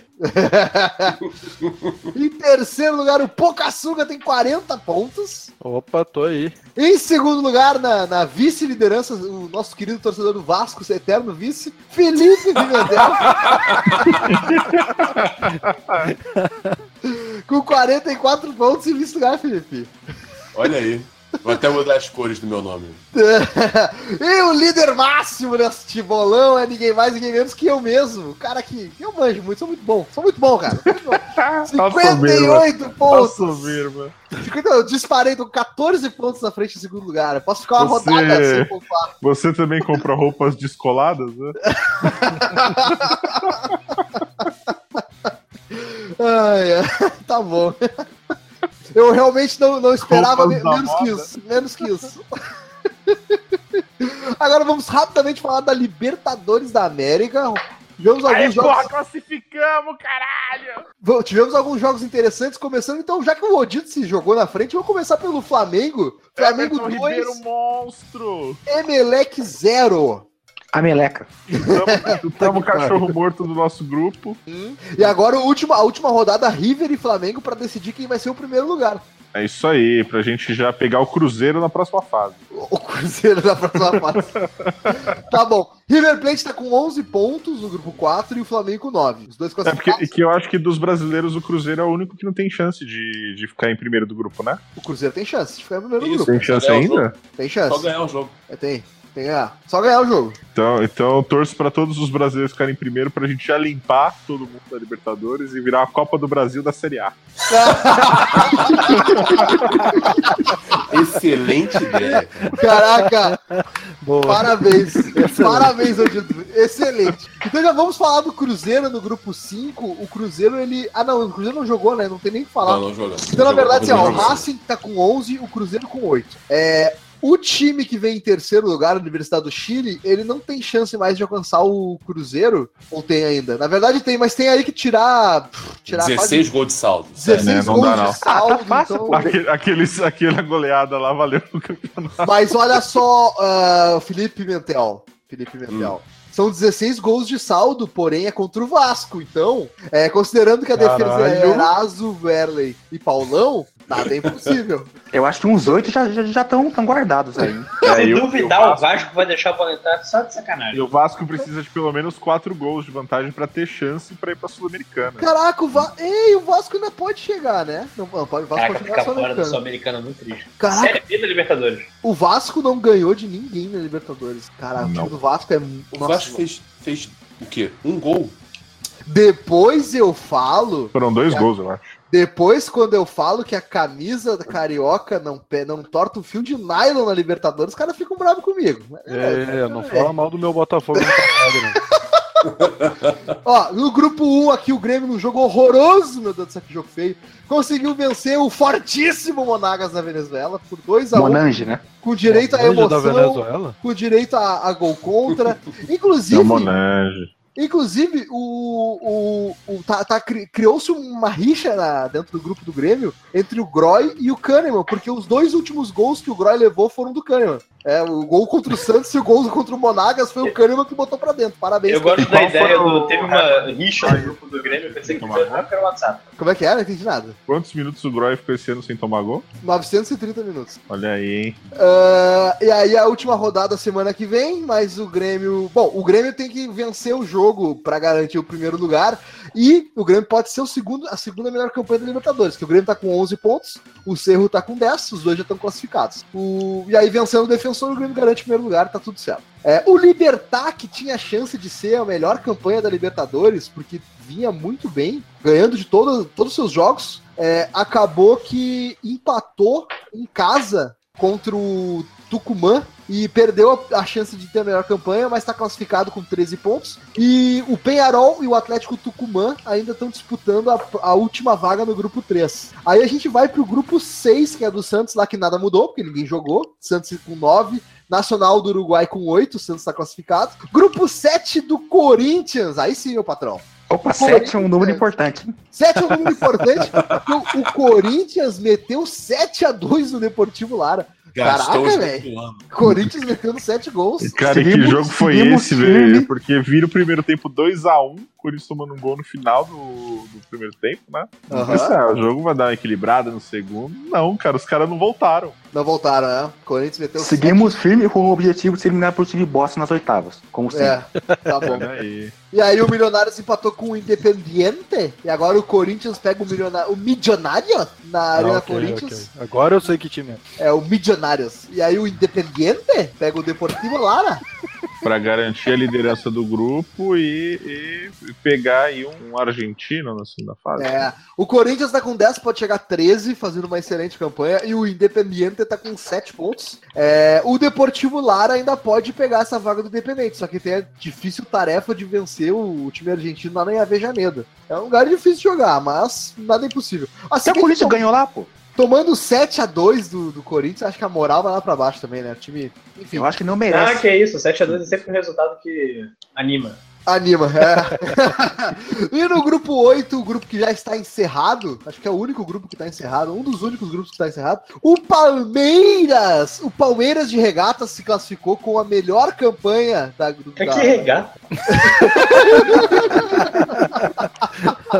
Em terceiro lugar, o Pocassuga tem 40 pontos. Opa, tô aí. Em segundo lugar, na, na vice-liderança, o nosso querido torcedor do Vasco, seu eterno vice, Felipe Vingadel. com 44 pontos em vice lugar, Felipe. Olha aí. Vou até mudar as cores do meu nome. e o líder máximo deste bolão é ninguém mais, ninguém menos que eu mesmo. Cara que que eu manjo muito, sou muito bom. Sou muito bom, cara. sou muito bom. 58 pontos. Nossa, verba. 50, eu disparei com 14 pontos na frente em segundo lugar. Eu posso ficar uma Você- rodada assim, sem pontuar. Você também compra roupas descoladas, né? Ai, ai, *laughs* tá bom. Eu realmente não, não esperava me- Roupas da menos que isso. Menos que isso. *laughs* Agora vamos rapidamente falar da Libertadores da América. Tivemos É, alguns, Aí, jogos, porra, classificamos, caralho! v- tivemos alguns jogos interessantes, começando então, já que o Odito se jogou na frente, eu vou começar pelo Flamengo. Flamengo 2, Everton Ribeiro, monstro! Emelec 0. A meleca. *laughs* Chutamos o cachorro morto do nosso grupo. E agora o último, a última rodada, River e Flamengo, pra decidir quem vai ser o primeiro lugar. É isso aí, pra gente já pegar o Cruzeiro na próxima fase. O Cruzeiro da próxima fase. tá bom. River Plate tá com 11 pontos no grupo 4 e o Flamengo com 9. Os dois É porque classificados. que eu acho que dos brasileiros o Cruzeiro é o único que não tem chance de, de ficar em primeiro do grupo, né? O Cruzeiro tem chance de ficar no primeiro Isso. grupo. Tem chance É, o ainda? Tem Só chance. ganhar o jogo. É, tem. Tem que ganhar. Só ganhar o jogo. Então, então eu torço pra todos os brasileiros ficarem em primeiro pra gente já limpar todo mundo da Libertadores e virar a Copa do Brasil da Série A. Excelente ideia. Caraca, Boa. parabéns. Parabéns, Odito. Excelente. Então já vamos falar do Cruzeiro no grupo 5. O Cruzeiro, ele. Ah, não, o Cruzeiro não jogou, né? Não tem nem o que falar. Não, não jogando. Então, na Jogando verdade, assim, ó, o contra Juventus. Racing tá com 11, o Cruzeiro com 8. É, o time que vem em terceiro lugar, a Universidade do Chile, ele não tem chance mais de alcançar o Cruzeiro, ou tem ainda? Na verdade tem, mas tem aí que tirar... pff, tirar 16 gols de saldo. quase 16 É, né? Não gols dá, de não. saldo, Ah, tá fácil, então- pô. Aquele, aqueles- aquela goleada lá valeu o campeonato. Mas olha só, ah, Felipe Pimentel. Felipe Pimentel. Hum. São 16 gols de saldo, porém é contra o Vasco. Então, é, considerando que a defesa é Caralho. Eraso, Verley e Paulão, nada é impossível. Eu acho que uns oito já estão já, tão- tão *laughs* guardados aí. É, Se e o- duvidar, e o o Vasco vai deixar a bola entrar só de sacanagem. E o Vasco precisa de pelo menos quatro gols de vantagem pra ter chance pra ir pra Sul-Americana. Caraca, o, Va... Ei, o Vasco ainda pode chegar, né? Não, não, pode- o Vasco Caraca, pode chegar ficar só fora do americano. Sul-Americano é muito triste. Caraca, Série B da Libertadores. o Vasco não ganhou de ninguém na Libertadores. Cara, o Não. time do Vasco é. mu- O Nossa, Vasco fez, fez o quê? Um gol? Depois eu falo. Foram dois gols, eu acho. Depois, quando eu falo que a camisa da carioca não, pe- não torta um fio de nylon na Libertadores, os caras ficam bravos comigo. É, não fala mal do meu Botafogo no passado, né? não. Ó, no grupo 1 aqui, o Grêmio num jogo horroroso, meu Deus do céu, que jogo feio. Conseguiu vencer o fortíssimo Monagas da Venezuela por 2x1, Monange, né? com direito à Monge da emoção. Venezuela? com direito a, a gol contra. Inclusive, Deu Monange. inclusive o, o, o- tá, tá cri- criou-se uma rixa na- dentro do grupo do Grêmio entre o Groy e o Kahneman, porque os dois últimos gols que o Groy levou foram do Kahneman. É, o gol contra o Santos e o gol contra o Monagas foi o Kahneman que botou pra dentro. Parabéns. Eu gosto da qual ideia foi do. o- Teve uma rixa no grupo do Grêmio, eu pensei que Tomar. foi não pelo WhatsApp. Como é que é? Não entendi nada. Quantos minutos o Groy ficou esse ano sem tomar gol? 930 minutos. Olha aí, hein? Ah, e aí a última rodada semana que vem, mas o Grêmio. Bom, o Grêmio tem que vencer o jogo para garantir o primeiro lugar. E o Grêmio pode ser o segundo, a segunda melhor campanha da Libertadores, que o Grêmio tá com 11 pontos, o Cerro tá com 10, os dois já estão classificados. O, e aí vencendo o defensor, o Grêmio garante o primeiro lugar, tá tudo certo. É, o Libertar, que tinha chance de ser a melhor campanha da Libertadores, porque vinha muito bem, ganhando de todo, todos os seus jogos, é, acabou que empatou em casa contra o Tucumã e perdeu a, a chance de ter a melhor campanha, mas está classificado com 13 pontos. E o Penharol e o Atlético Tucumã ainda estão disputando a, a última vaga no grupo 3. Aí a gente vai pro grupo 6, que é do Santos, lá que nada mudou, porque ninguém jogou. Santos com 9. Nacional do Uruguai com 8, o Santos está classificado. Grupo 7 do Corinthians, aí sim, meu patrão. Opa, Pô, sete é um número é. importante. hein? 7 é um número importante. porque o- o Corinthians meteu 7 a 2 no Deportivo Lara. Caraca, Gastou os velho. gols do ano. Corinthians metendo 7 gols. Cara, e que Seguimos- jogo foi seguimos esse, firme. velho? Porque vira o primeiro tempo 2x1, o Corinthians tomando um gol no um final do, do primeiro tempo, né? Aham. Isso, ah, o jogo vai dar uma equilibrada no segundo. Não, cara, os caras *laughs* não voltaram. Não voltaram, né? O Corinthians meteu Seguimos firme com o objetivo de se eliminar pro time bosta nas oitavas. Como sempre. É, tá bom. *laughs* Olha aí. E aí o Milionários empatou com o Independiente. E agora o Corinthians pega o Milionário. O Milionário na Arena Ah, ok, Corinthians. ok. Agora eu sei que time é. É o Milionários. E aí o Independiente pega o Deportivo Lara. Pra garantir a liderança do grupo e, e pegar aí um argentino na segunda fase. É. O Corinthians tá com 10, pode chegar a 13, fazendo uma excelente campanha. E o Independiente tá com 7 pontos. É, o Deportivo Lara ainda pode pegar essa vaga do Independente, só que tem a difícil tarefa de vencer o, o time argentino lá na Avejaneda. É um lugar difícil de jogar, mas nada é impossível. Assim Até que a gente o um Corinthians ganhou lá, pô. Tomando 7 a 2 do, do Corinthians, acho que a moral vai lá pra baixo também, né? O time, enfim, Eu acho que não Ah, merece. que é isso. 7x2 é sempre um resultado que anima. anima. é. *laughs* e no grupo 8, o grupo que já está encerrado, acho que é o único grupo que está encerrado, um dos únicos grupos que está encerrado, o Palmeiras! O Palmeiras de regatas se classificou com a melhor campanha da, do, É da- que *laughs* regata.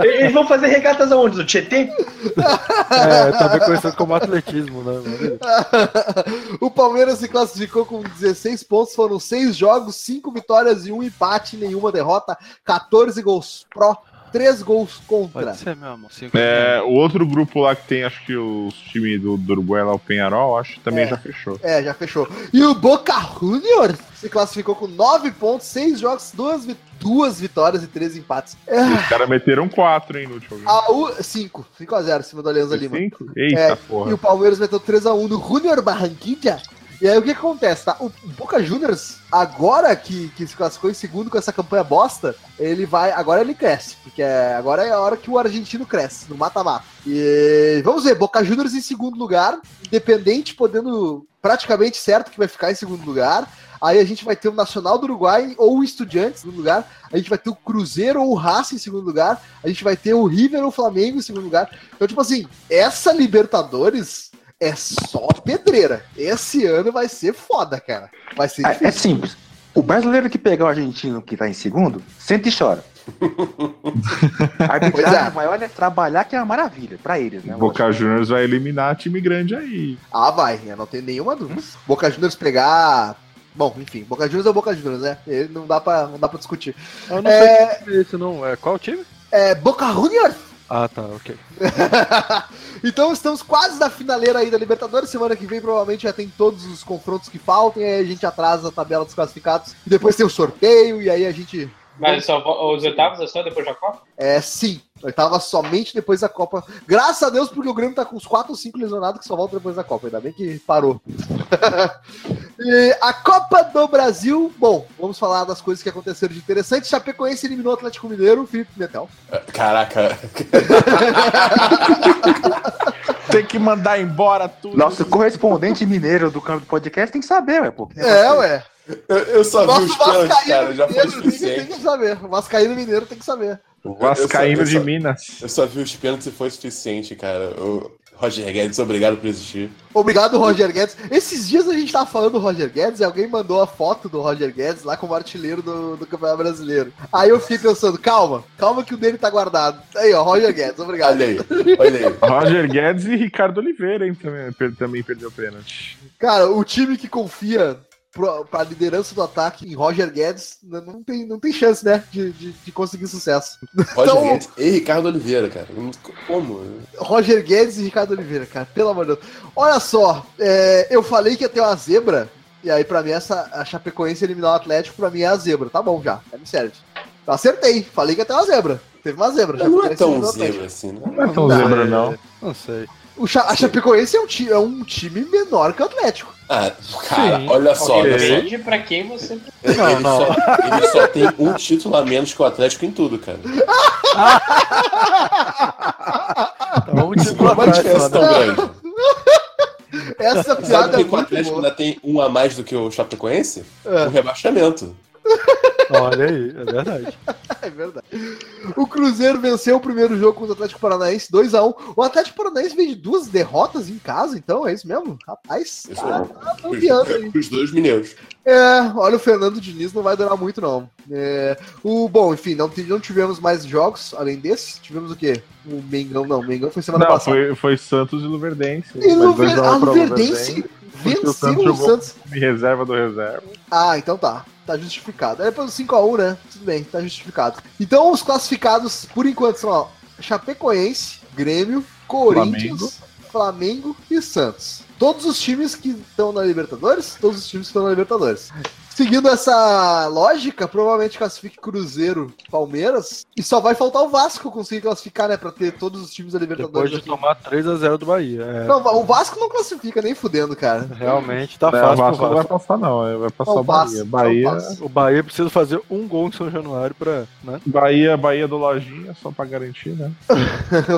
Eles vão fazer regatas aonde? No Tietê? É, eu tava conhecido como atletismo, né? mano? Tá. o Palmeiras se classificou com 16 pontos, foram 6 jogos, 5 vitórias e um empate, nenhuma derrota, 14 gols pró, 3 gols contra. Pode ser, meu amor. Cinco É, o outro grupo lá que tem, acho que os times do, do Uruguai lá, o Penharol, acho que também É. já fechou. É, já fechou. E o Boca Juniors se classificou com 9 pontos, 6 jogos, 2, duas vitórias e 3 empates. É, E os caras meteram quatro, hein, no último jogo. 5, 5 a 0 em cima do Alianza Lima. Cinco? Eita É, porra. E o Palmeiras meteu 3x1 no Junior Barranquilla. E aí o que acontece, tá? O Boca Juniors, agora que, que se classificou em segundo com essa campanha bosta, ele vai. Agora ele cresce, porque é- agora é a hora que o argentino cresce, no mata-mata. E vamos ver, Boca Juniors em segundo lugar, independente, podendo. Praticamente certo que vai ficar em segundo lugar. Aí a gente vai ter o Nacional do Uruguai ou o Estudiantes no lugar. A gente vai ter o Cruzeiro ou o Racing em segundo lugar. A gente vai ter o River ou o Flamengo em segundo lugar. Então, tipo assim, essa Libertadores é só pedreira. Esse ano vai ser foda, cara. Vai ser Ah, É difícil. simples. O brasileiro que pegar o argentino que tá em segundo, senta e *laughs* chora. A Pois é. arbitragem maior é trabalhar, que é uma maravilha pra eles, né? Boca Juniors vai eliminar time grande aí. Ah, vai. Eu não tenho nenhuma dúvida. Boca Juniors pegar. Bom, enfim, Boca Juniors é o Boca Juniors, né? Ele não dá pra, não dá pra discutir. Eu não É. sei que time é esse, não. É qual time? É, Boca Juniors *laughs* Ah, tá, ok. então estamos quase na finaleira aí da Libertadores. Semana que vem provavelmente já tem todos os confrontos que faltam. E aí a gente atrasa a tabela dos classificados. E depois tem o sorteio. E aí a gente. Mas só, vo- os oitavos é só depois da Copa? É sim. Oitava somente depois da Copa. Graças a Deus, porque o Grêmio tá com uns 4 ou 5 lesionados que só volta depois da Copa. Ainda bem que parou. *laughs* E a Copa do Brasil. Bom, vamos falar das coisas que aconteceram de interessante. Chapecoense eliminou o Atlético Mineiro, Felipe Metel. Caraca, Tem que mandar embora tudo. Nosso correspondente mineiro do campo do podcast tem que saber, ué, pô. É, ué. eu, eu só vi os Nosso pênaltis, cara, Vascaíno já foi Mineiro tem que- tem suficiente. que saber. O Vascaíno Mineiro tem que saber. O Vascaíno Eu só- de eu só- Minas. Eu só vi os pênaltis e foi suficiente, cara. O Roger Guedes, obrigado por existir. Obrigado, Roger Guedes. Esses dias a gente tava falando do Roger Guedes e alguém mandou a foto do Roger Guedes lá como artilheiro do, do Campeonato Brasileiro. Aí eu fiquei pensando, calma, calma que o dele tá guardado. Aí, ó, Roger Guedes, obrigado. Olha aí, *laughs* olha aí. Roger Guedes e Ricardo Oliveira, hein, também, per- também perdeu o pênalti. Cara, o time que confia pro, pra liderança do ataque em Roger Guedes n- não tem, não tem chance, né, de, de- de conseguir sucesso. Roger Então- Guedes e Ricardo Oliveira, cara. Não- Como? né? Roger Guedes e Ricardo Oliveira, cara, pelo amor de Deus. Olha só, é, eu falei que ia ter uma zebra, e aí pra mim essa a Chapecoense eliminar o Atlético, pra mim é a zebra. Tá bom já, já me serve. Eu acertei, falei que ia ter uma zebra. Teve uma zebra. Não, não é Chapecoense tão eliminou o Atlético. zebra assim, né? Não é tão Não, zebra, É, não. Não sei. O Cha- a Chapecoense é um, ti- é um time menor que o Atlético. Ah, cara, Sim. olha só, olha só. Depende pra quem você. Ele, Não, não. Só, ele só tem um título a menos que o Atlético em tudo, cara. Então, um time Não é pra uma trás, só, diferença tão né? grande. Essa Sabe piada por é que que o muito Atlético boa. ainda tem um a mais do que o Chapecoense? É. O rebaixamento. Olha aí, é verdade. *laughs* É verdade. O Cruzeiro venceu o primeiro jogo contra o Atlético Paranaense 2x1. O Atlético Paranaense vem de duas derrotas em casa, então é isso mesmo? Rapaz, Isso tá, aí. tá Os, confiando aí. os dois mineiros. É, olha, o Fernando Diniz não vai durar muito, não. É, o, bom, enfim, não, t- não tivemos mais jogos além desse. Tivemos o quê? O Mengão, não, o Mengão foi semana Não, passada. foi, foi Santos e Luverdense. E Mas o 2 Ver- a um ah, pra o Verdense porque o venceu Santos o jogou- Santos. Me reserva do reserva. Ah, então tá. Tá justificado. É pelo 5x1, né? Tudo bem, tá justificado. Então, os classificados, por enquanto, são ó, Chapecoense, Grêmio, Corinthians, Flamengo. e Santos. Todos os times que estão na Libertadores? Todos os times que estão na Libertadores. Seguindo essa lógica, provavelmente classifique Cruzeiro, Palmeiras, e só vai faltar o Vasco conseguir classificar, né? Pra ter todos os times da Depois Libertadores. de aqui. tomar 3x0 do Bahia. É, Não, o Vasco não classifica, nem fudendo, cara. realmente tá É, o fácil Vasco pro não vai Vasco. passar, não. é, Vai passar Não, o Bahia. passa, Bahia, não passa. *laughs* O Bahia precisa fazer um gol em São Januário pra. Né? Bahia, Bahia do Lojinha, só pra garantir, né?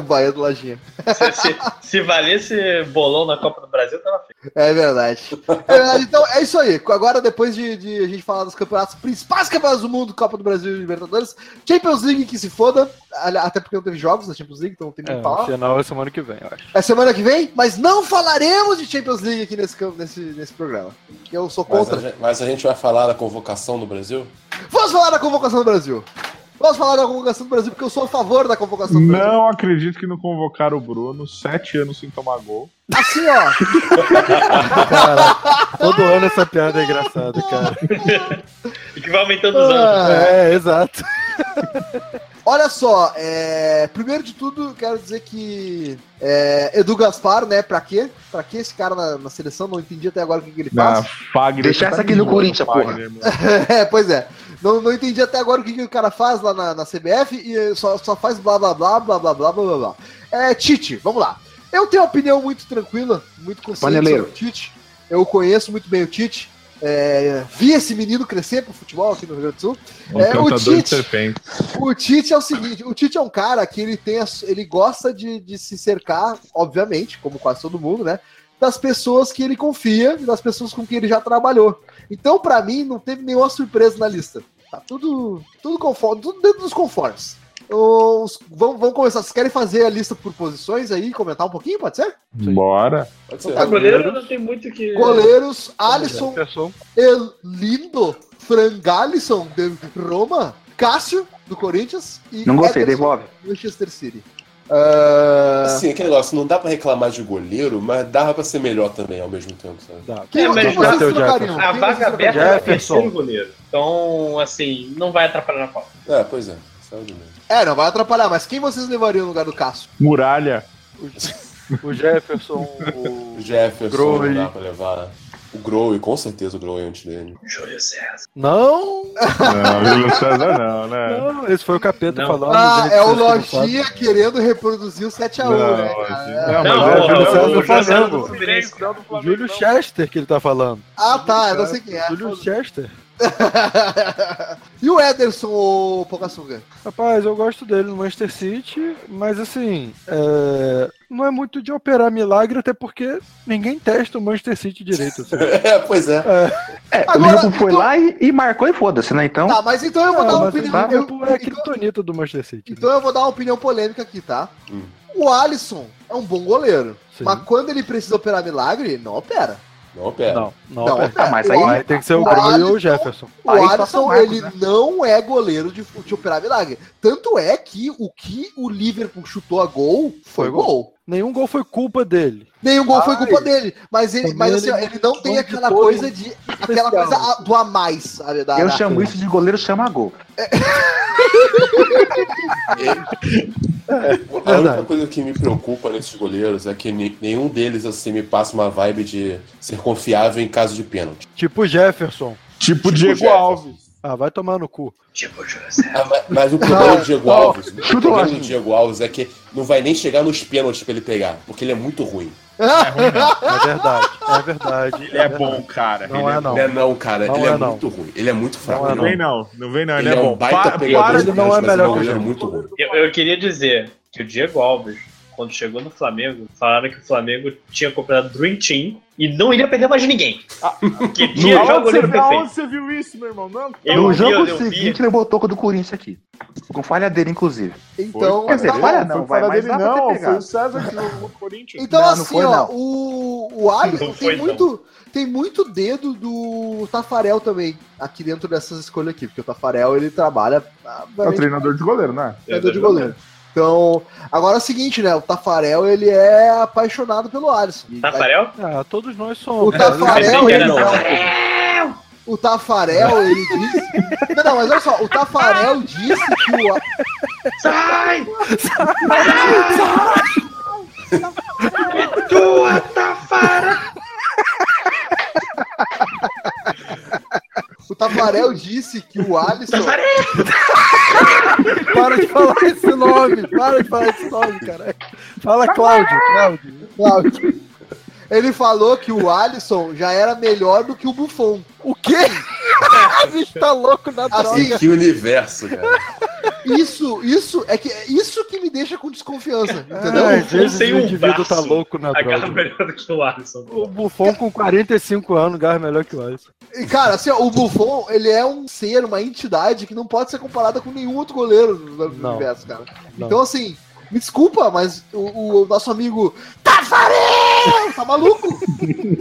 Bahia do Lajinha. Se, se, se valesse bolão na Copa do Brasil, tava feito. É verdade. É verdade. Então é isso aí. Agora, depois de, de a gente falar dos campeonatos principais campeonatos do mundo, Copa do Brasil e Libertadores, Champions League que se foda. ali- Até porque não teve jogos da Champions League, então não tem nem o É, que o falar. final é semana que vem, eu acho. É semana que vem, mas não falaremos de Champions League aqui nesse, campo- nesse, nesse programa. Que eu sou Mas é. a, contra. gente, mas a gente vai falar da convocação do Brasil? Vamos falar da convocação do Brasil. Vamos falar da convocação do Brasil, porque eu sou a favor da convocação do Brasil. Não acredito que não convocaram o Bruno. Sete anos sem tomar gol. Assim, ó. Cara, todo Ah! ano essa piada é engraçada, *laughs* cara. E que vai aumentando os anos. É, exato. Olha só, é, primeiro de tudo, quero dizer que é, Edu Gaspar, né? Pra quê? Pra que esse cara na, na seleção? Não entendi até agora o que, que ele Na faz. Fagner. Deixar essa aqui no Corinthians, porra. porra. *laughs* É, pois é. Não, não entendi até agora o que, que o cara faz lá na, na CBF e só, só faz blá blá blá blá blá blá blá blá blá. É, Tite, vamos lá. Eu tenho uma opinião muito tranquila, muito consciente Paneleiro. sobre o Tite. Eu conheço muito bem o Tite. É, vi esse menino crescer pro futebol aqui no Rio Grande do Sul. Um É, o cantador Tite. de serpente. O Tite é o seguinte, o Tite é um cara que ele tem, as- ele gosta de, de se cercar, obviamente, como quase todo mundo, né? Das pessoas que ele confia e das pessoas com quem ele já trabalhou. Então, pra mim, não teve nenhuma surpresa na lista. Tá tudo, tudo conforme, tudo dentro dos conformes. Os- vamos, vamos começar. Vocês querem fazer a lista por posições aí, comentar um pouquinho, pode ser? Bora. Pode ser. O goleiro não tem muito que. Goleiros, Alisson, Pessoal, El Lindo, Frangalisson, de Roma, Cássio, do Corinthians e Não gostei, Ederson, devolve. Manchester City. Ah, Assim, aquele negócio, não dá pra reclamar de goleiro, mas dava pra ser melhor também ao mesmo tempo, sabe? dá. quem- É, mas quem já tá. vocês deu, já trocariam? A Quem vaga vocês aberta trocariam? é o Jefferson. terceiro goleiro. Então, assim, não vai atrapalhar na Copa. É, pois é. Saiu de novo. É, não vai atrapalhar, mas quem vocês levariam no lugar do Cássio? Muralha. O Jefferson, o. O Jefferson Grohe. não dá pra levar. O Grow, com certeza o Grow é antes dele. *laughs* Júlio César. Não, Não, o Júlio César não, né? É. não, esse foi o capeta Não. falando. Ah, gente, é o vocês não sabem. Lojinha querendo reproduzir o 7x1, Não, né, assim, cara? não, Não, mas é o- Júlio o- o César do Júlio César Flamengo. do Fluminense, não do O Flamengo, Júlio não. Chester que ele tá falando. Ah, tá, eu não sei quem é. *laughs* Júlio Chester. e o Ederson, ô Pocassunga? Rapaz, eu gosto dele no Manchester City, mas assim, é, não é muito de operar milagre, até porque ninguém testa o Manchester City direito. assim. É, pois é. É, Agora, o Liverpool foi então- lá e, e marcou e foda-se, né? Então, Tá, mas então eu vou É, dar uma mas o opinião. Liverpool eu- é a então- criptonita do Manchester City. né? Então eu vou dar uma opinião polêmica aqui, tá? Hum. O Alisson é um bom goleiro, Sim. mas quando ele precisa operar milagre, ele não opera. Não, pera. Então, Não, não, Não, pera. opera. tá, mas O aí- Aí tem que ser o o Grêmio ou Alisson- o Jefferson. O Aí Alisson, passa Marcos, ele né? não é goleiro de, fu- de operar milagre. Tanto é que o que o Liverpool chutou a gol foi Foi gol. gol. Nenhum gol foi culpa dele. Nenhum gol foi Ai. culpa dele. Mas ele, Também mas, assim, ó, ele- ele não tem bom aquela de todo, coisa de. aquela coisa a- do a mais, sabe? Da, eu da- chamo isso de goleiro chama gol. A única verdade. coisa que me preocupa nesses goleiros é que ni- nenhum deles assim me passa uma vibe de ser confiável em caso de pênalti. Tipo o Jefferson. Tipo Tipo o Diego Jefferson. Alves. Ah, vai tomar no cu. Tipo, Júlio César. Ah, ma- mas o problema do Diego Alves, o Chuta o problema do Washington. Diego Alves é que não vai nem chegar nos pênaltis pra ele pegar, porque ele é muito ruim. É verdade, é verdade. Ele é verdade. bom, cara. Não Ele é não. Não é não, cara, Não ele é, é não. muito ruim, ele é muito fraco. Não é Não vem não, não vem não, ele, é, bom. um baita Para, pegador para de ele não é pênalti, mas melhor ele que o é um goleiro Jefferson. muito ruim. Eu, eu queria dizer que o Diego Alves quando chegou no Flamengo, falaram que o Flamengo tinha comprado Dream Team e não iria perder mais ninguém. Que tinha já o Aonde você, goleiro perfeito. aonde você viu isso, meu irmão? Não, Eu no vi, jogo eu vi. seguinte, ele botou com o do Corinthians aqui. Com falha dele, inclusive. Então, Quer dizer, tá olha, bom. não, foi vai, fora mas dele, dá pra ter não. pegado. Foi o César que jogou com o Corinthians. Então, Não, não assim, foi, ó, não. o, o Alisson Não foi, tem, não. muito, tem muito dedo do Tafarel também, aqui dentro dessas escolhas aqui, porque o Tafarel ele trabalha. ah, É o treinador de goleiro, né? É treinador de goleiro. Então, agora é o seguinte, né? O Tafarel ele é apaixonado pelo Alisson. Tafarel? *laughs* Ah, todos nós O somos. Tafarel, Pensei que era ele, não. o Tafarel, ele disse. Não, não, mas olha só, o Tafarel disse que o. Sai! O Tafarel disse que o Alisson. Para de falar esse nome, para de falar esse nome, caralho. Fala Cláudio, Cláudio. Cláudio, Ele falou que o Alisson já era melhor do que o Buffon. O quê? O bicho tá louco na droga. Assim, E que universo, cara. isso, isso é que isso que me deixa com desconfiança, entendeu? Ai, O Buffon É, vezes sem o um indivíduo braço. tá louco na Acaba droga. melhor do que o Alisson. O Buffon com 45 anos garra é melhor que o Alisson. E, cara, assim, ó, o Buffon, ele é um ser, uma entidade que não pode ser comparada com nenhum outro goleiro do do Não. universo, cara. Não. Então, assim, me desculpa, mas o, o nosso amigo Tafarel tá *laughs* maluco.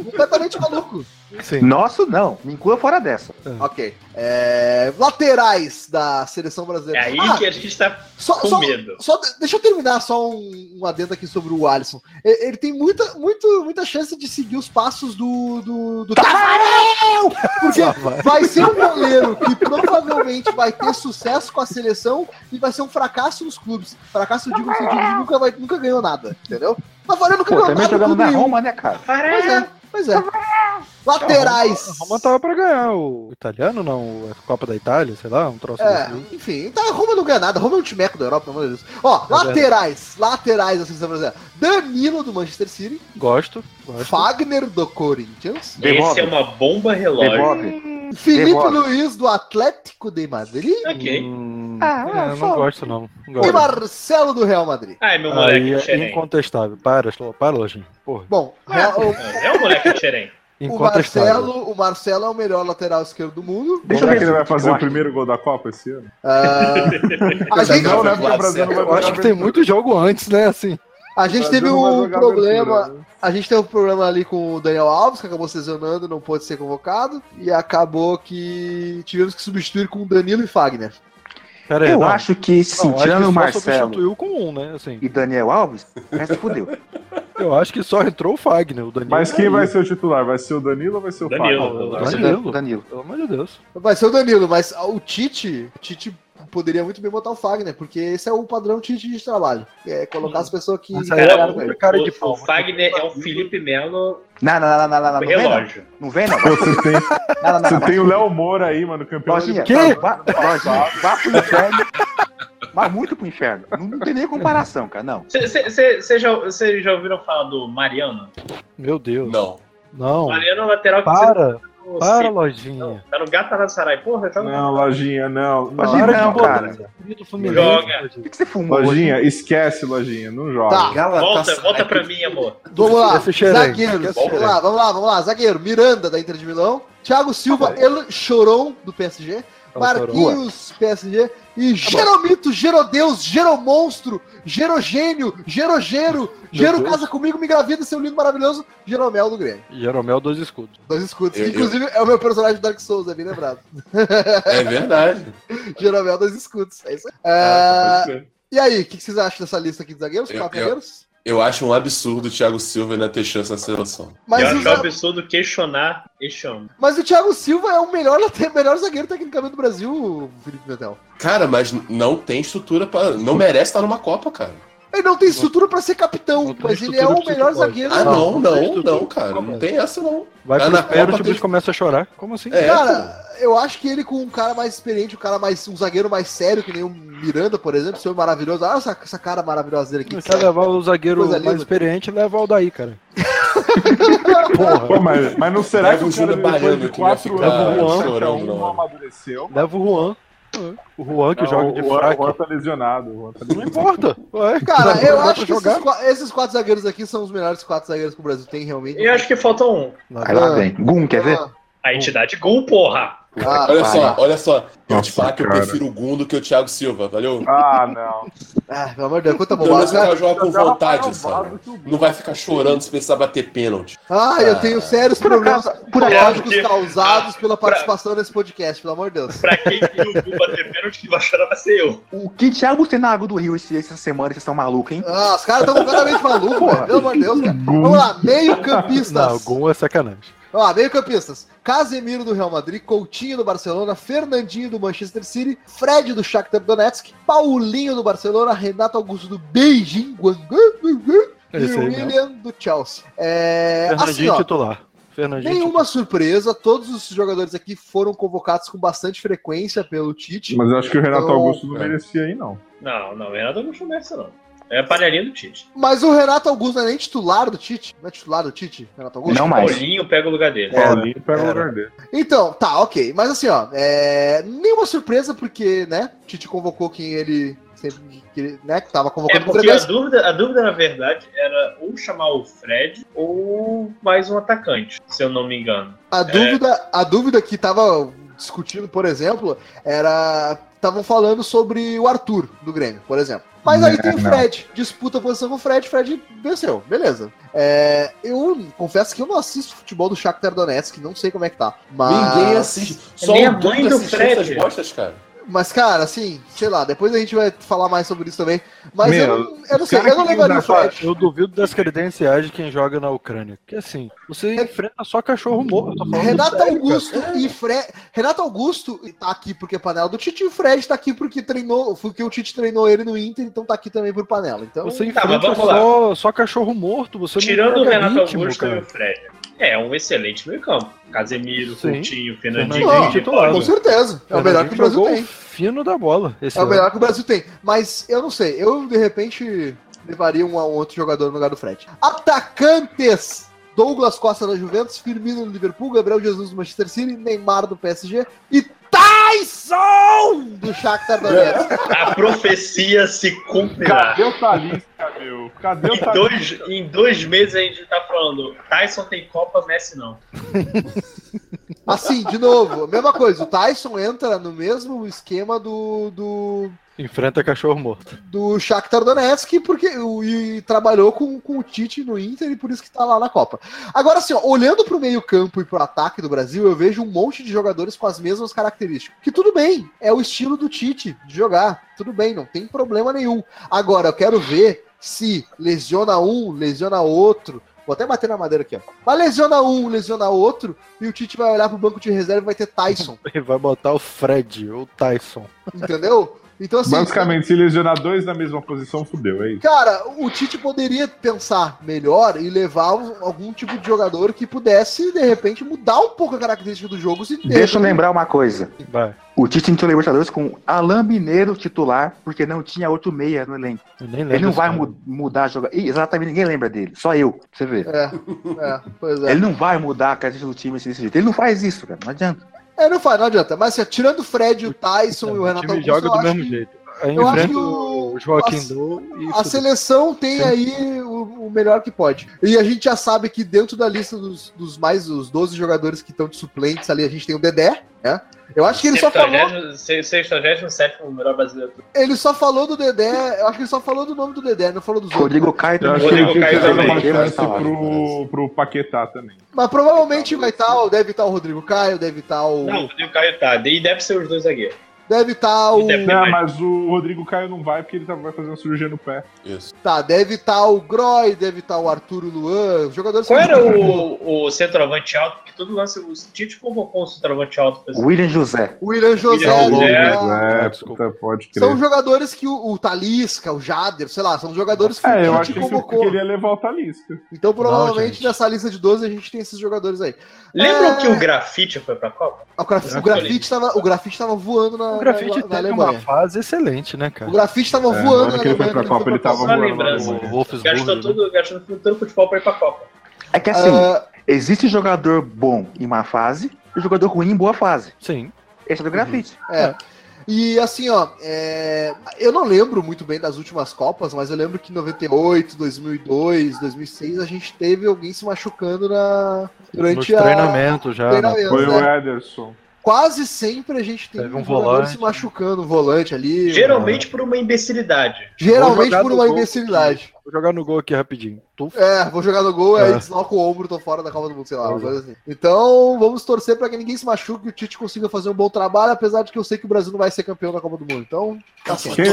Completamente maluco. Sim. Nosso não, me inclua fora dessa. Ok. É, laterais da seleção É brasileira. aí Ah, que a gente tá Só, um com só- medo. só de- deixa eu terminar só um, um adendo aqui sobre o Alisson. E- Ele tem muita, muito, muita chance de seguir os passos do, do, do Tafarel! Porque vai ser um goleiro que provavelmente vai ter sucesso com a seleção e vai ser um fracasso nos clubes. Fracasso, eu digo, no sentido de nunca, vai, nunca ganhou nada, entendeu? Tafarel nunca Pô, ganhou também nada. jogando no na clube nenhum. Roma, né, cara? Pois é, pois é. Laterais. A Roma tá tava pra ganhar o italiano, não, a Copa da Itália, sei lá, um troço É, desse. enfim, tá, Roma não ganha nada. Roma é um timeco da Europa, pelo amor de Deus. Ó, É laterais, laterais da seleção brasileira. Danilo do Manchester City, Gosto, gosto. Fagner do Corinthians, Devolve. Esse é uma bomba relógio. Devolve. Felipe Devolve. Luiz do Atlético de Madrid Ok. Hum, Ah, é, eu não só- gosto, não. não e gosto. Marcelo do Real Madrid. Ai, Ah, meu Aí moleque é xerém. incontestável. Para, para, Lojinha. Porra, Bom, Real- É o moleque xerém. o, o incontestável. Marcelo, o Marcelo é o melhor lateral esquerdo do mundo. Deixa eu Será ver é que ele vai aqui, fazer eu o acho. primeiro gol da Copa esse ano? Ah, *laughs* a, gente, Não, né? é Porque o Brasil não vai Eu acho que jogar tem abertura. muito jogo antes, né? Assim. a O gente Brasil teve não vai um jogar problema. abertura, né? A gente teve um problema ali com o Daniel Alves, que acabou se lesionando, não pôde ser convocado. E acabou que tivemos que substituir com Danilo e Fagner. Pera aí, Eu não. acho que sim, Não, acho que tirando só o Marcelo substituiu com um, né? Assim, e Daniel Alves, o resto fudeu. eu acho que só entrou o Fagner, o Danilo. Mas quem saiu. vai ser o titular? Vai ser o Danilo ou vai ser o Danilo. Fábio? Não, o Vai ser Danilo. Danilo. Pelo amor de Deus. Vai ser o Danilo, mas o Tite, o Tite poderia muito bem botar o Fagner, porque esse é o padrão Tite de trabalho. É colocar as pessoas que Mas aí é trabalham era com outra ele. *laughs* cara o, de pau. Tá o Fagner é o Felipe Melo Não, não, não, não, não, não, não vem não. relógio. Não vem não. Pô, Você tem, Não, não, não, você não. tem o Léo Moura aí, mano, campeão. Lojinha, de- Que? vá, lojinha, vá pro inferno. Mas muito pro inferno. Não, não tem nem comparação, cara, não. Vocês já, cê já ouviram falar do Mariano? Meu Deus. Não. Não. Mariano é o lateral que Para, você- para, Não, Lojinha. tá no Gatarazzaray. Porra, tá no Não, Lojinha, não. Lojinha, Lojinha, não, não, cara. Do Fluminense, Joga. O Lojinha. que, que você fumou? Lojinha, esquece, Lojinha. Não joga. Tá, Volta, volta pra mim, amor. vamos lá. Esse cheiro aí. Zagueiro, Esse vamos cheiro lá, vamos lá, vamos lá. Zagueiro, Miranda da Inter de Milão, Thiago Silva, El Choron do PSG, É o Marquinhos PSG e Jeromito, Gerodeus, Geromonstro, Gerogênio, Gerogero, Gero Deus. casa comigo, me engravida, seu lindo maravilhoso, Jeromel do Grêmio. Jeromel, dois escudos. Dois escudos. Eu- eu- Inclusive, é o meu personagem do Dark Souls, é bem lembrado. É verdade. Jeromel dos escudos. É isso aí. Pode Ah, ser. e aí, o que, que vocês acham dessa lista aqui de zagueiros? tá Eu- Quatro eu- zagueiros? Eu acho um absurdo o Thiago Silva ainda ter chance na seleção. Mas, eu o, acho um Za- absurdo questionar este homem. mas o Thiago Silva é o melhor, late- melhor zagueiro tecnicamente do Brasil, Felipe Netel. Cara, mas não tem estrutura para, não merece estar numa Copa, cara. Ele não tem estrutura pra ser capitão, Não tem mas ele é estrutura o melhor psicológica. zagueiro. Ah, não, não tem não, estrutura. não, cara. Não tem essa não. Vai Ah, pro na espero, Copa o bicho tem- começa a chorar. Como assim? É, pô. Cara, eu acho que ele com um cara mais experiente, um cara mais um zagueiro mais sério, que nem o Miranda, por exemplo, seu maravilhoso. Olha essa, essa cara maravilhosa dele aqui. é Quer levar o zagueiro Coisa mais linda. experiente, leva o daí, *laughs* cara. Porra. Pô, mas, mas não será Leva que o o cara Júlio depois Baiano de que vai quatro ficar anos né, chorando, não não. amadureceu? Leva o Juan. O Juan que Não, joga de o, Juan- o fraco. Juan tá lesionado. o Juan tá Não lesionado. importa. Ué, Cara, eu Dá acho pra que jogar. esses, qua- esses quatro zagueiros aqui são os melhores quatro zagueiros que o Brasil tem realmente. Eu acho que falta um. Aí lá vem. Gum, quer ver? Um. A entidade Gol, porra! Ah, Olha Vai só, lá. olha só. Eu te Nossa, falar que eu cara. prefiro o Gundo que o Thiago Silva, valeu? Ah, não. ah, pelo amor de Deus, quanta Pelo menos o bobagem. Ah, cara joga com vontade, sabe? Não vai ficar chorando se precisar bater pênalti. Ah, eu tenho sérios Por problemas acaso, por acaso, psicológicos causados pela participação nesse podcast, pelo amor de Deus. Pra quem viu o Gol bater pênalti, que vai chorar vai ser eu. o que Thiago tem na água do Rio esse- essa semana, vocês são malucos, hein? Ah, os caras estão completamente malucos, velho, pelo amor de Deus, cara. Vamos lá, Não, o meio-campistas. Gon é sacanagem. Ó, meio-campistas. Casemiro do Real Madrid, Coutinho do Barcelona, Fernandinho do Manchester City, Fred do Shakhtar Donetsk, Paulinho do Barcelona, Renato Augusto do Beijing, Guangdong É e isso aí mesmo. William do Chelsea. É, assim, Fernandinho ó, titular. Fernandinho nenhuma surpresa, todos os jogadores aqui foram convocados com bastante frequência pelo Tite. Mas eu acho que o Renato Então, Augusto não é. merecia aí, não. Não, não, o Renato não começa, não. É a palharinha do Tite. Mas o Renato Augusto não é nem titular do Tite. Não é titular do Tite, Renato Augusto? Não mais. Paulinho pega o lugar dele. Paulinho pega o era. lugar dele. Então, tá, ok. Mas assim, ó, é... nenhuma surpresa, porque, né, Tite convocou quem ele sempre que, né, que tava É convocando porque a dúvida, a dúvida, na verdade, era ou chamar o Fred ou mais um atacante, se eu não me engano. A dúvida, a dúvida que tava discutindo, por exemplo, era. Estavam falando sobre o Arthur do Grêmio, por exemplo. Mas aí É, tem o não. Fred, disputa a posição com o Fred, Fred venceu, beleza. É, eu confesso que eu não assisto futebol do Shakhtar Donetsk, não sei como é que tá. Mas, Ninguém assiste. Só Nem a o mãe Gundo do assistiu Fred. essas bostas, cara. mas cara, assim, sei lá, depois a gente vai falar mais sobre isso também. Mas Meu, eu, não- eu não os sei, assim, caras eu não que levaria o usam Fred. Eu duvido das credenciais de quem joga na Ucrânia. Porque assim, você enfrenta só cachorro morto. eu tô falando É Renato sério, Augusto e Fred. Renato Augusto tá aqui porque é panela do Tite e o Fred tá aqui porque treinou, porque o Tite treinou ele no Inter, então tá aqui também por panela. Então, cara. Você Tá, mas enfrenta vamos lá. só, só cachorro morto. Você não Tirando o joga Renato ritmo, Augusto e o cara. Fred. É um excelente meio campo. Casemiro, Sim. Coutinho, Fernandinho Fernandinho. Não, é titular, com velho. certeza, é o melhor que o Fernandinho Brasil jogou tem. fino da bola. Esse É o ano. melhor que o Brasil tem. Mas eu não sei, eu de repente levaria um a um outro jogador no lugar do Fred. Atacantes! Douglas Costa da Juventus, Firmino do Liverpool, Gabriel Jesus do Manchester City, Neymar do PSG e Tyson do Shakhtar Donetsk. A profecia se cumprirá. Cadê o Talisca, meu? Cadê o Em Talisca? dois, em dois meses a gente tá falando, Tyson tem Copa, Messi não. Assim, de novo, mesma coisa. O Tyson entra no mesmo esquema do, do, Enfrenta cachorro morto. *laughs* do Shakhtar Donetsk porque, o- e trabalhou com, com o Tite no Inter e por isso que tá lá na Copa. Agora, assim, ó, olhando pro meio campo e pro ataque do Brasil, eu vejo um monte de jogadores com as mesmas características. Que tudo bem, é o estilo do Tite de jogar. Tudo bem, não tem problema nenhum. Agora, eu quero ver se lesiona um, lesiona outro. Vou até bater na madeira aqui, ó. Mas lesiona um, lesiona outro, e o Tite vai olhar pro banco de reserva e vai ter *laughs* Tyson. Ele vai botar o Fred ou o Tyson. Entendeu? Então, assim. Basicamente, se lesionar dois na mesma posição, fudeu, é isso. Cara, o Tite poderia pensar melhor e levar um- algum tipo de jogador que pudesse, de repente, mudar um pouco a característica do jogo. Se Deixa eu lembrar uma coisa. Vai. O Tite entrou na Libertadores com Alain Mineiro titular, porque não tinha outro meia no elenco. Eu nem lembro Ele não esse vai cara. mu- mudar a jogada. Ih, Exatamente, ninguém lembra dele. Só eu, pra você ver. É, é, pois é. Ele não vai mudar a característica do time assim, desse jeito. Ele não faz isso, cara. Não adianta. É, não faz, não adianta. Mas assim, tirando o Fred, o Tyson e o O Renato time Augusto, joga eu do acho mesmo que jeito. Aí eu acho que enfrenta o- o Joaquim a- Dou e a fudeu. seleção tem aí o, o melhor que pode. E a gente já sabe que dentro da lista dos, dos mais os 12 jogadores que estão de suplentes ali, a gente tem o Dedé, né? Eu acho que ele só tá falou né? 67 melhor brasileiro. Ele só falou do Dedé, eu acho que ele só falou do nome do Dedé, não falou dos outros. Rodrigo Caio Eu também. acho que Rodrigo ele tinha Caio que dar também. uma chance Tá ótimo, pro, parece. pro Paquetá também. Mas provavelmente vai estar, o- deve estar o Rodrigo Caio, deve estar o. Não, o Caio tá. E deve ser os dois zagueiros. Deve estar o. Deve- Não, mas o Rodrigo Caio não vai porque ele tá- vai fazer uma cirurgia no pé. Isso. Tá, deve estar o Groy, deve estar o Arturo Luan, os jogadores. Qual era o, o centroavante alto? Porque todo lance, o Tite convocou um centroavante alto. pra esse- William José. O William José. William né? José, É, desculpa. puta, pode crer. São jogadores que o, o Talisca, o Jader, sei lá, são jogadores que É, eu o acho Tite que convocou. ele queria levar o Talisca. Então, provavelmente, gente. nessa lista de 12, a gente tem esses jogadores aí. Lembram É. que o Grafite foi pra Copa? O, graf... o, grafite, tava, o grafite tava voando na, O grafite na, na teve uma Alemanha. fase excelente, né, cara? O grafite tava É, na voando hora que ele foi pra Copa, ele tava Só voando. lá lembrança. no- O Wolfsburg, Gastou né? tudo, gastou todo o futebol pra ir pra Copa. É que assim, Ah, existe jogador bom em má fase e jogador ruim em boa fase. Sim. Esse é do grafite. é. E assim, ó, é, eu não lembro muito bem das últimas Copas, mas eu lembro que em 98, 2002, 2006 a gente teve alguém se machucando na... Nos durante a. treinamentos já. né? treinamento, Foi né? o Ederson. Quase sempre a gente tem Teve um jogador volante. se machucando, um volante ali. Geralmente por uma imbecilidade. Vou Geralmente jogar por no uma gol. imbecilidade. Vou jogar no gol aqui rapidinho. Tu É, vou jogar no gol, aí É. desloca o ombro, tô fora da Copa do Mundo, sei lá, é. uma coisa assim. Então, vamos torcer pra que ninguém se machuque e o Tite consiga fazer um bom trabalho, apesar de que eu sei que o Brasil não vai ser campeão da Copa do Mundo. *laughs* Então, tá certo. Quem-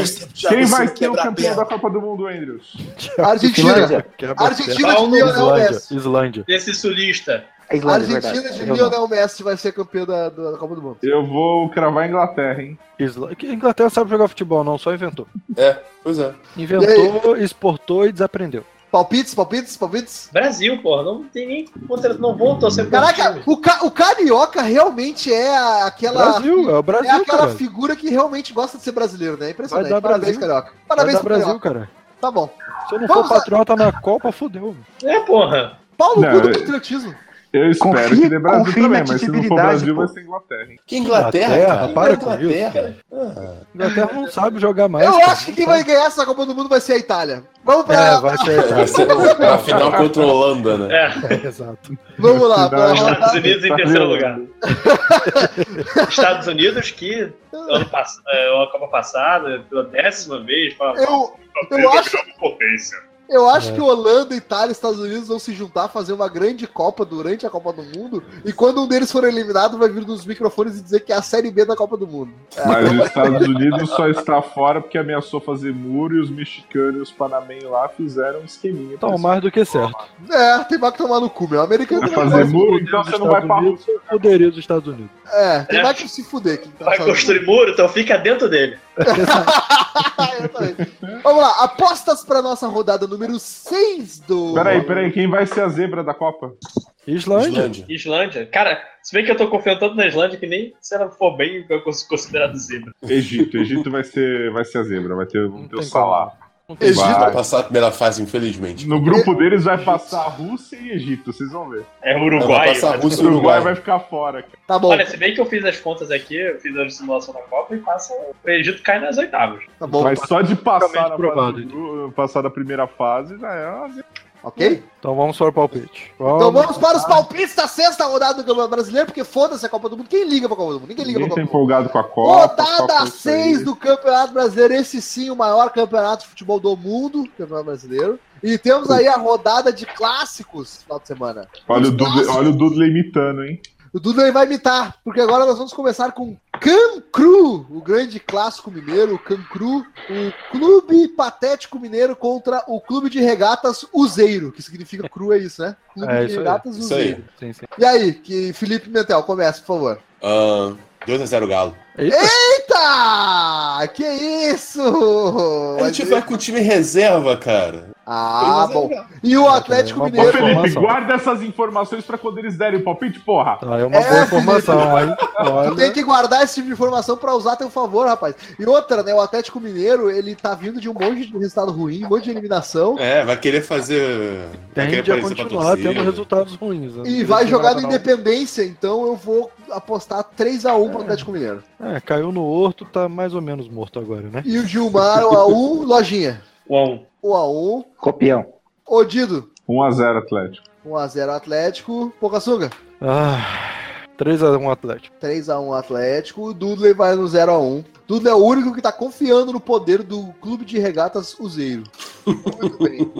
Quem vai é ser o quebrar a campeão perna? da Copa do Mundo, Andrews? Argentina. quer bater. Argentina de Paulo Lionel é Islândia. Messi. Islândia. Esse sulista. A Islândia, é Argentina verdade. de Eu não. Lionel Messi vai ser campeão da, da Copa do Mundo. Eu vou cravar a Inglaterra, hein? Isla- que Inglaterra sabe jogar futebol, não, só inventou. Pois é. Inventou, exportou e desaprendeu. Palpites, palpites, palpites. Brasil, porra. Não tem nem. contra- Não vou torcer pro Caraca, time. o, ca- o carioca realmente é a- aquela. Brasil, é o É Brasil, aquela cara. figura que realmente gosta de ser brasileiro, né? É Impressionante. Vai dar Parabéns, Brasil. Carioca. Parabéns Parabéns pro Brasil, Carioca. cara. Tá bom. Se eu não Vamos for lá. patriota na Copa, fudeu. É, porra. Paulo Não, cu do eu- patriotismo. Eu espero Confie- que dê Brasil confie na também, mas se não for credibilidade, Brasil, pô. vai ser Inglaterra, hein? Que Inglaterra, Inglaterra, cara? para Que com isso, Inglaterra. Inglaterra não sabe jogar mais. Eu cara. acho que quem vai ganhar essa Copa do Mundo vai ser a Itália. Vamos pra. É, vai ser. Vai ser a final contra a Holanda, né? É. *laughs* É, exato. Vamos lá. pra- Estados Unidos Tá Tá em terceiro Valeu. lugar. Estados Unidos que ano pass- é, a Copa passada, pela décima vez, fala, Eu, "Brasil é acho- Tá grande potência." eu acho É. que Holanda, Itália e Estados Unidos vão se juntar, fazer uma grande Copa durante a Copa do Mundo. E quando um deles for eliminado, vai vir nos microfones e dizer que é a Série B da Copa do Mundo. Mas os Estados Unidos só está fora porque ameaçou fazer muro e os mexicanos e os panamenhos lá fizeram um esqueminha. pra Então, mais do que certo. É, tem mais que tomar no cu, meu. Americano Vai tem mais- fazer muro, então você não vai pra Unidos, Rússia. Poderia dos Estados Unidos. É, tem É. mais que se fuder. Quem tá Vai fazendo. *laughs* construir muro, então fica dentro dele. Ah, Exatamente. é, tá Vamos lá, apostas para nossa rodada número 6 do. Peraí, peraí, quem vai ser a zebra da Copa? Islândia. Islândia. Islândia. Cara, se bem que eu tô confiando tanto na Islândia que nem se ela for bem, eu consigo considerar zebra. Egito, Egito vai ser, vai ser a zebra, vai ter, Não ter o tem Salah. Não tem Egito. Vai Vai. passar a primeira fase, infelizmente. No grupo deles vai passar a Rússia e Egito, vocês vão ver. É Vai Uruguai. passar a mas- Rússia O e o Uruguai Uruguai. vai ficar fora, cara. Tá bom, Olha, se bem que eu fiz as contas aqui, eu fiz a simulação da Copa e passa. O Egito cai nas oitavas. tá bom. Mas só de passar, na provável, fase, do- passar da primeira fase já é uma zebra. Ok? Então vamos para o palpite. Vamos. Então vamos para os palpites da sexta rodada do Campeonato Brasileiro, porque foda-se a Copa do Mundo. Quem liga pra Copa do Mundo? Ninguém liga Ninguém pra tá Copa do Mundo. empolgado com a Copa. Rodada 6 do Campeonato Brasileiro, esse sim, o maior campeonato de futebol do mundo, Campeonato Brasileiro. E temos aí a rodada de clássicos no final de semana. Olha o Dudley, olha o Dudley imitando, hein? O Dudley vai imitar, porque agora nós vamos começar com Cancru, o grande clássico mineiro, o Cancru, o clube patético mineiro contra o clube de regatas Uzeiro, que significa cru é isso, né? Clube É, de isso aí. regatas Isso aí. Uzeiro. Sim, sim. E aí, que Felipe Mentel, começa, por favor. Ahn, 2x0 Galo. Então Eita, Eita! Que isso! A gente vai com o time reserva, cara. Ah, 2 a 0 bom. Galo. E o Atlético é Uma boa Ô, Mineiro. Felipe, informação. guarda essas informações pra quando eles derem o palpite, porra. tá, é uma É, boa informação, hein? Tu tem Olha, que guardar esse tipo de informação pra usar a teu favor, rapaz. E outra, né? O Atlético Mineiro, ele tá vindo de um monte de resultado ruim, um monte de eliminação. É, vai querer fazer. Vai querer tende a aparecer pra continuar torcida. tendo resultados ruins. né? E vai jogar no Não. Independência, então eu vou apostar 3x1 pro Atlético Mineiro. É, caiu no horto, tá mais ou menos morto agora, né? E o Gilmar, 1x1, lojinha. Um. 1x1. Copião. Ô Dido, 1x0 Atlético. 1x0 Atlético. Pocaçuga, Ah, 3x1 Atlético. 3x1 Atlético. O Dudley vai no 0x1. Dudley é o único que tá confiando no poder do clube de regatas Uzeiro. Muito bem.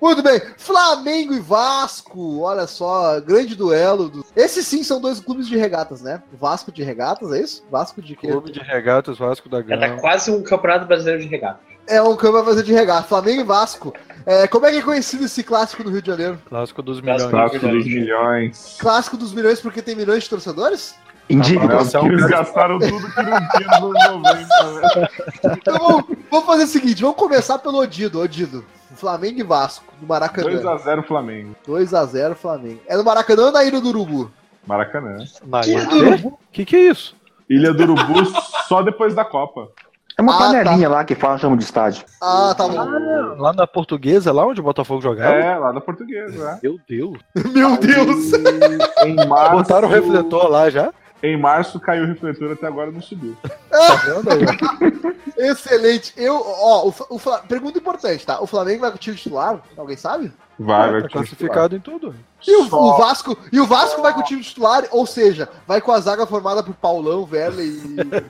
Muito bem, Flamengo e Vasco, olha só, grande duelo. do- Esses sim são dois clubes de regatas, né? Vasco de regatas, é isso? Vasco de quê? Clube de regatas Vasco da É, tá Gama. quase um campeonato brasileiro de regata. É um campo a fazer de regar. Flamengo e Vasco. É, como é que é conhecido esse clássico do Rio de Janeiro? Clássico dos Clássico. milhões. Clássico dos milhões. Clássico dos milhões porque tem milhões de torcedores? Em dívidas. Nossa, eles gastaram tudo que não tinha nos anos 90, velho. Então vamos, vamos fazer o seguinte, vamos começar pelo Odido. Odido, Flamengo e Vasco, no né? Maracanã. 2x0 Flamengo. 2x0 Flamengo. É no Maracanã ou na Ilha do Urubu? Maracanã. Na ilha. Que que é isso? Ilha do Urubu só depois da Copa. É uma Ah, panelinha lá que falam, chamam de estádio. Ah, tá bom. Lá na portuguesa, lá onde o Botafogo jogava? É, lá da portuguesa, né? Tá Meu Deus. Meu Deus! Em março, Ah, Botaram o refletor lá já? Em março caiu o refletor, até agora não subiu. Ah! Tá vendo *laughs* aí? Excelente. Eu, ó, o, Fla- o Fla- pergunta importante, tá? O Flamengo vai com o time titular? Alguém sabe? Vai, tá classificado em tudo. E o, o Vasco, e o Vasco vai com o time titular, ou seja, vai com a zaga formada por Paulão, Verley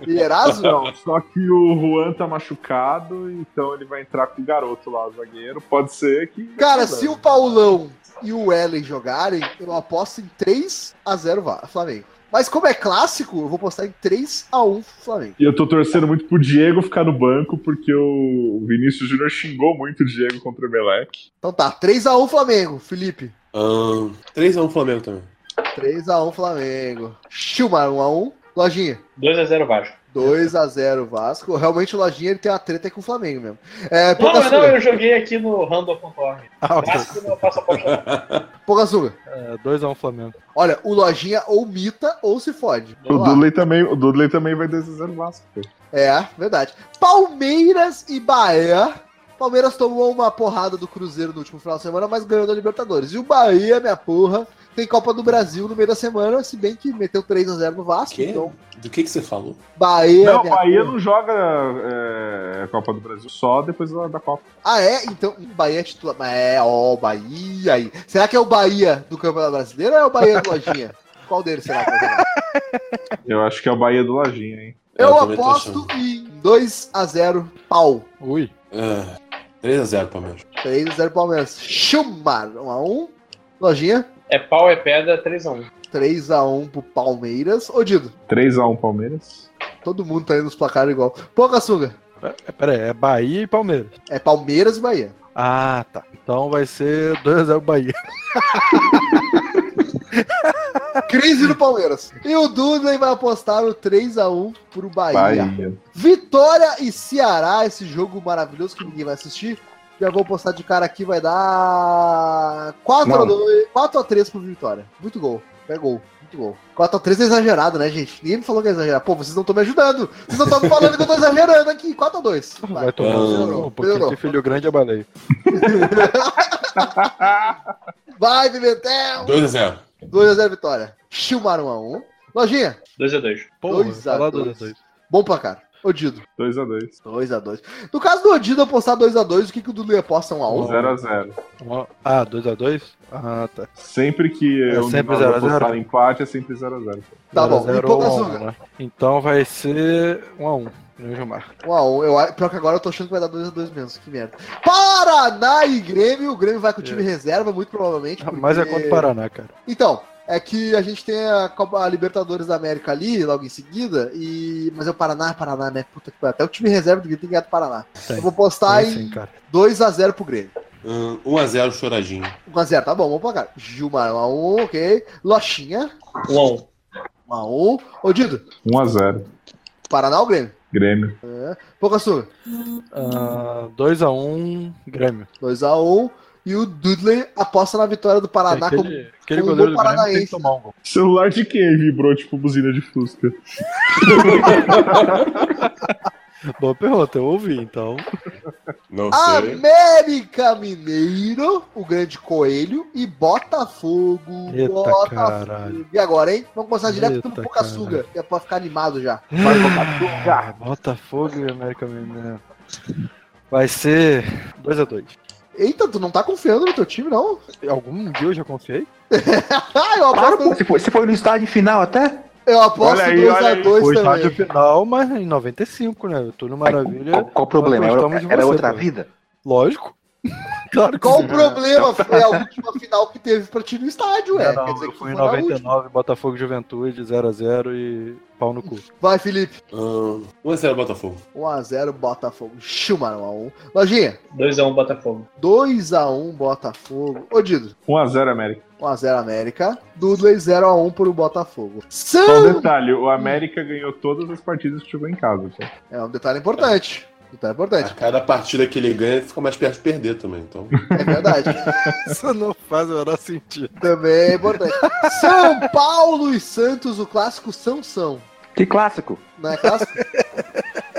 e, e Eraso? Não, só que o Juan tá machucado, então ele vai entrar com o garoto lá, o zagueiro. Pode ser que. Cara, se o Paulão e o Ellen jogarem, eu aposto em 3x0 Va- Flamengo. Mas como é clássico, eu vou postar em 3x1 Flamengo. E eu tô torcendo muito pro Diego ficar no banco, porque o Vinícius Júnior xingou muito o Diego contra o Melec. Então tá, 3x1 Flamengo, Felipe. Ahn, 3x1 Flamengo também. 3x1 Flamengo. Chilmar, 1x1. Lojinha, 2x0 Vasco. 2x0 Vasco. Realmente o Lojinha ele tem uma treta aí com o Flamengo mesmo. É, Não, mas não, Pogaçuga, eu joguei aqui no random.org. Ah, ok. Vasco não passa aposta. Pogaçuga. É, 2x1 Flamengo. Olha, o Lojinha ou mita ou se fode. O Vamos lá. Dudley, também, o Dudley também vai 2x0 Vasco. pô. É, verdade. Palmeiras e Bahia. Palmeiras tomou uma porrada do Cruzeiro no último final de semana, mas ganhou da Libertadores. E o Bahia, minha porra, tem Copa do Brasil no meio da semana, se bem que meteu 3x0 no Vasco. Que? Então, Do que, que você falou? Bahia. Não, o minha Bahia porra. não joga é, Copa do Brasil só depois da, da Copa. Ah, é? Então, o Bahia é titular. Mas É, ó, o Bahia aí. Será que é o Bahia do Campeonato Brasileiro ou é o Bahia do *laughs* Lojinha? Qual deles será que é? Eu acho que é o Bahia do Lajinha, hein? Eu, É, também tô aposto achando. em 2x0 pau. Ui. Ah, 3x0 Palmeiras. 3x0 Palmeiras. Chumar 1x1. Lojinha. É pau, é pedra, 3x1. 3x1 pro Palmeiras. Ô, Dido, 3x1 Palmeiras. todo mundo tá indo nos placares igual. Pô, Caçuga, É, Pera aí, é Bahia e Palmeiras. é Palmeiras e Bahia. Ah, tá. Então vai ser 2x0 Bahia. Crise no Palmeiras. E o Dudley vai apostar no 3x1 pro Bahia. Bahia. Vitória e Ceará, esse jogo maravilhoso que ninguém vai assistir. Já vou postar de cara aqui, vai dar 4x2, 4x3 pro Vitória. Muito gol. É gol. Muito gol. 4x3 é exagerado, né, gente? Ninguém me falou que é exagerado. Pô, vocês não estão me ajudando. Vocês não estão me falando que eu tô exagerando aqui. 4x2. Vai tomar Ah, um melhorou, não, porque melhorou. tem filho grande é baleia. *laughs* Vai, Pimentel! 2x0. 2x0 vitória. Chilmar 1x1. Lojinha, 2x2. Porra, Dois vai a lá dois. 2x2. bom placar. Odido, 2x2. 2x2. No caso do Odido apostar 2x2, o que, que o Dudu ia apostar 1x1? 0x0. Ah, 2x2? Ah, tá. Sempre que É eu um de sempre nós 0 a 0? apostar em empate, é sempre 0x0. Tá bom, e 0 pouca ou 1 a 1, sunga. né? Então vai ser 1x1. Meu Gilmar. 1x1. Eu, Um a- pior que agora eu tô achando que vai dar 2x2 mesmo. Que merda. Paraná e Grêmio. O Grêmio vai com o time reserva, muito provavelmente. É. Mas é contra o Paraná, cara. Então, é que a gente tem a Copa a Libertadores da América ali, logo em seguida, e... mas é o Paraná, Paraná, né? Puta que pariu. Até o time reserva do Grêmio tem que ganhar do Paraná. Tem. Eu vou postar Sim, em sim, cara. 2x0 pro Grêmio. Ahn, 1x0 Choradinho. 1x0, tá bom, vamos placar. Gilmar, 1x1, ok. Lochinha, 1x1. 1x1. Ô, Dido, 1x0. Paraná ou Grêmio? Grêmio. Pouca sua, Ah, 2x1 Grêmio. 2x1. E o Dudley aposta na vitória do Paraná como. Aquele, aquele como goleiro do Grêmio tem paranaense. que tomar um gol. Celular de quem vibrou tipo buzina de Fusca? Boa pergunta, eu ouvi, então. Não Ah, sei. né? América Mineiro, o grande coelho e Botafogo. Eita, Botafogo. caralho. E agora, hein? Vamos começar direto Eita, do Pocasuga, que é pra ficar animado já. Vai botar Ah, Botafogo e América Mineiro. Vai ser 2x2. Eita, tu não tá confiando no teu time, não? *laughs* Algum dia eu já confiei? Ah, eu Claro, pô. aposto, Você foi, você foi no estádio final até? eu aposto Olha aí, olha aí. 2x2 Foi estádio também. final, mas em 95, né? Eu tô no Maravilha. Qual, qual o problema? Era, gostamos de era você, outra pô. vida? Lógico. *laughs* Claro que Qual sim. o problema? Foi a última final que teve pra ti no estádio, é. Não, Quer não, dizer eu que fui em foi na última. 99, Botafogo e Juventude, 0x0 e *laughs* pau no cu. Vai, Felipe. Ahn, 1x0 Botafogo. 1x0 Botafogo. Chumar 1x1. Lojinha, 2x1 Botafogo. 2x1 Botafogo. Ô, Dido, 1x0 América. 1x0 América. Dudley 0x1 pro Botafogo. Só um São... detalhe, o América ganhou todas as partidas que jogou em casa. Tá? É um detalhe importante. Um Detalhe A *laughs* importante. cada partida que ele ganha, ele fica mais perto de perder também. Então, É verdade. Isso não faz o menor sentido. Também é importante. São Paulo e Santos, o clássico São São. Que clássico. Não é clássico?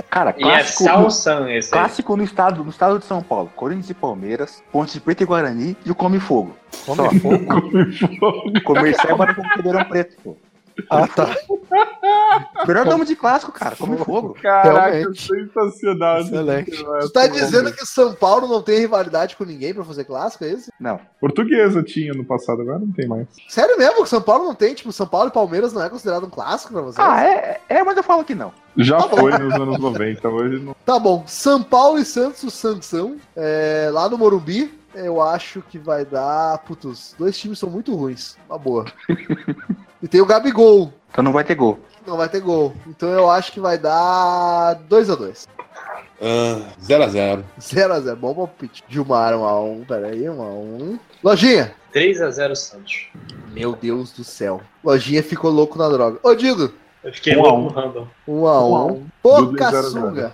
Cara, E é clássico. no- Salsan esse aí. Clássico no estado, no estado de São Paulo. Corinthians e Palmeiras, Ponte Preta e Guarani e o Come Fogo. Come fogo? Comercial para o Ribeirão Preto. pô. Ah, tá. Melhor nome de clássico, cara. Come fogo. Caraca, Realmente. sensacional. Excelente. é Tu tá dizendo que São Paulo não tem rivalidade com ninguém pra fazer clássico, é isso? Não. Portuguesa tinha no passado, agora não tem mais. Sério mesmo? São Paulo não tem? Tipo, São Paulo e Palmeiras não é considerado um clássico pra vocês? Ah, é, é, mas eu falo que não. Ah, Já foi nos anos 90, hoje não. Tá bom. São Paulo e Santos, o Sansão, é, lá no Morumbi. Eu acho que vai dar. Putz, dois times são muito ruins. Uma *laughs* boa. e tem o Gabigol. Então não vai ter gol. Não vai ter gol. Então eu acho que vai dar 2x2. Ah, 0x0. 0x0. Bom palpite. Gilmar, 1x1. Peraí, 1x1. Lojinha. 3x0 Santos. Meu Deus do céu. Lojinha ficou louco na droga. Ô, Dido. Eu fiquei Um a louco um. no Randall. 1x1. Dudley, um. zero a zero. Pocassunga.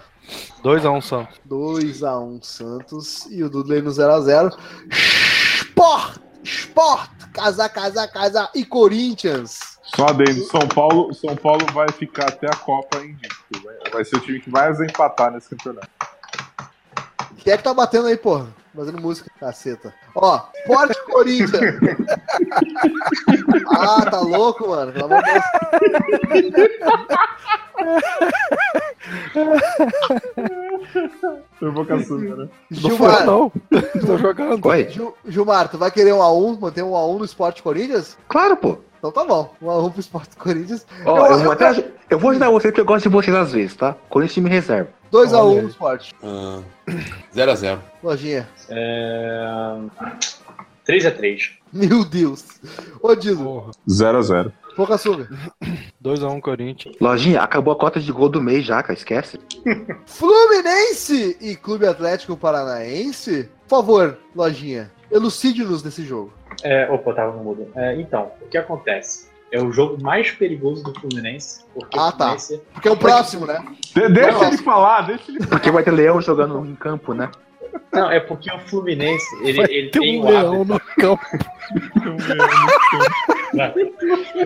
2x1 Santos. 2x1 Santos e o Dudley no 0x0. Sport! Sport! Casar, casar, casar e Corinthians. Só adendo, São Paulo, São Paulo vai ficar até a Copa invicto. Vai, vai ser o time que vai empatar nesse campeonato. Quem é que tá batendo aí, porra? Fazendo música, caceta. Ó, Sport Corinthians. *laughs* ah, tá louco, mano. Pelo amor de Deus. Eu vou caçando, né? Não foi eu, Gilmar, não. *laughs* Tô jogando. Oi? Gil- Gilmar, tu vai querer um a um, manter um a um no Sport Corinthians? Claro, pô. Então tá bom, um a um pro Sport Corinthians. Ó, Eu- eu, vou até, eu vou ajudar você porque eu gosto de vocês às vezes, tá? Quando esse time reserva. 2x1 Olha no um Sport. 0x0. Lojinha. 3x3. Meu Deus. Ô, Dido, Porra. 0x0. Pocassunga. 2x1 Corinthians. Lojinha, acabou a cota de gol do mês já, cara. Esquece. Fluminense e Clube Atlético Paranaense? Por favor, lojinha, elucide-nos desse jogo. É, opa, tava no mudo. É, então, o que acontece? É o jogo mais perigoso do Fluminense. Porque Ah, o tá. Fluminense Porque é o próximo, né? De- deixa Não. ele falar, deixa ele Porque vai ter leão jogando em campo, né? Não, é porque o *laughs* Fluminense, ele, Vai ele Tem tem um o hábito. leão no campo.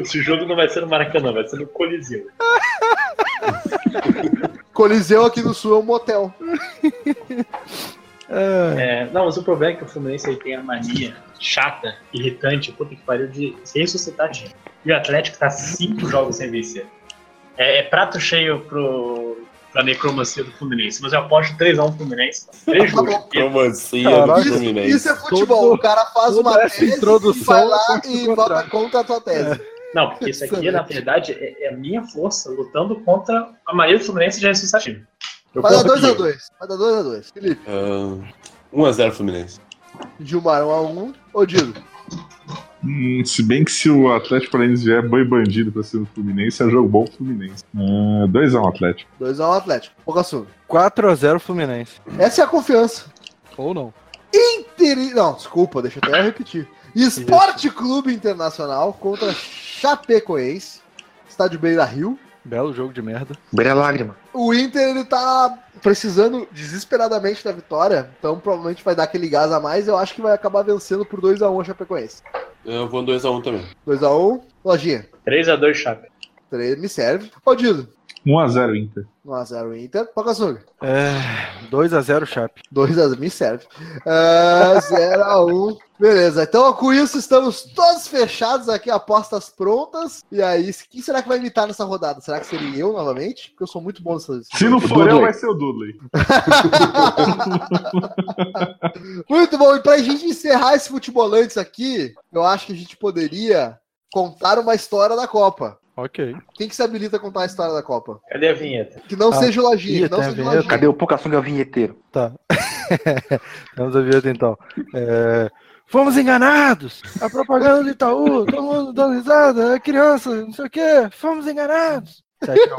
Esse jogo não vai ser no Maracanã, vai ser no Coliseu. Coliseu aqui no sul é um motel. É. É, não, mas o problema é que o Fluminense ele tem a mania chata, irritante, puta que pariu, de se ressuscitar time. E o Atlético tá cinco jogos sem vencer. É, é prato cheio pro, pra necromancia do Fluminense, mas eu aposto 3x1 Fluminense. Três gols. Cromancia do Caraca. Isso, Fluminense. isso é futebol. Todo- o cara faz toda uma essa tese, introdução vai é lá parte e do bota contrário. É, contra a tua tese. Não, porque isso aqui, na verdade, é, é a minha força lutando contra a maioria do Fluminense de ressuscitar time. Eu Vai dar confio. 2x2. Vai dar 2x2. Felipe, 1x0 Fluminense. Gilmar, 1x1. Ô, Dido, Hum, se bem que se o Atlético Paranaense vier boi bandido pra cima do Fluminense, é jogo bom pro Fluminense. É, 2x1 Atlético. 2x1 Atlético. Pocassunga. 4x0 Fluminense. Essa é a confiança. Ou não. Interi... Não, desculpa, deixa eu até repetir. Esporte Clube Internacional contra Chapecoense. Estádio Beira Rio. Belo jogo de merda. Beira lágrima. O Inter ele tá precisando desesperadamente da vitória, então provavelmente vai dar aquele gás a mais. Eu acho que vai acabar vencendo por 2x1 a, Chapecoense. Eu vou 2x1 também. 2x1, Lojinha, 3x2, Chape. 3 me serve. um Ô Dido, 1x0 Inter. 1x0 Inter. Pocassuga, É. 2x0 Chape. 2x0 me serve. Ah, *laughs* 0x1. Beleza, então com isso estamos todos fechados aqui, apostas prontas. E aí, quem será que vai imitar nessa rodada? Será que seria eu novamente? Porque eu sou muito bom nessas. Se não for eu, Dudley. vai ser o Dudley. Muito bom, e pra gente encerrar esse futebolantes aqui, eu acho que a gente poderia contar uma história da Copa. Ok. Quem que se habilita a contar a história da Copa? Cadê a vinheta? Que não Ah, seja o Lojinha, ih, que não tem a seja o vinheta. Lojinha. Cadê o Pocassunga vinheteiro? Tá. Vamos a vinheta então. É, Fomos enganados! A propaganda do Itaú, todo mundo dando risada, é criança, não sei o quê, fomos enganados! Sete a um.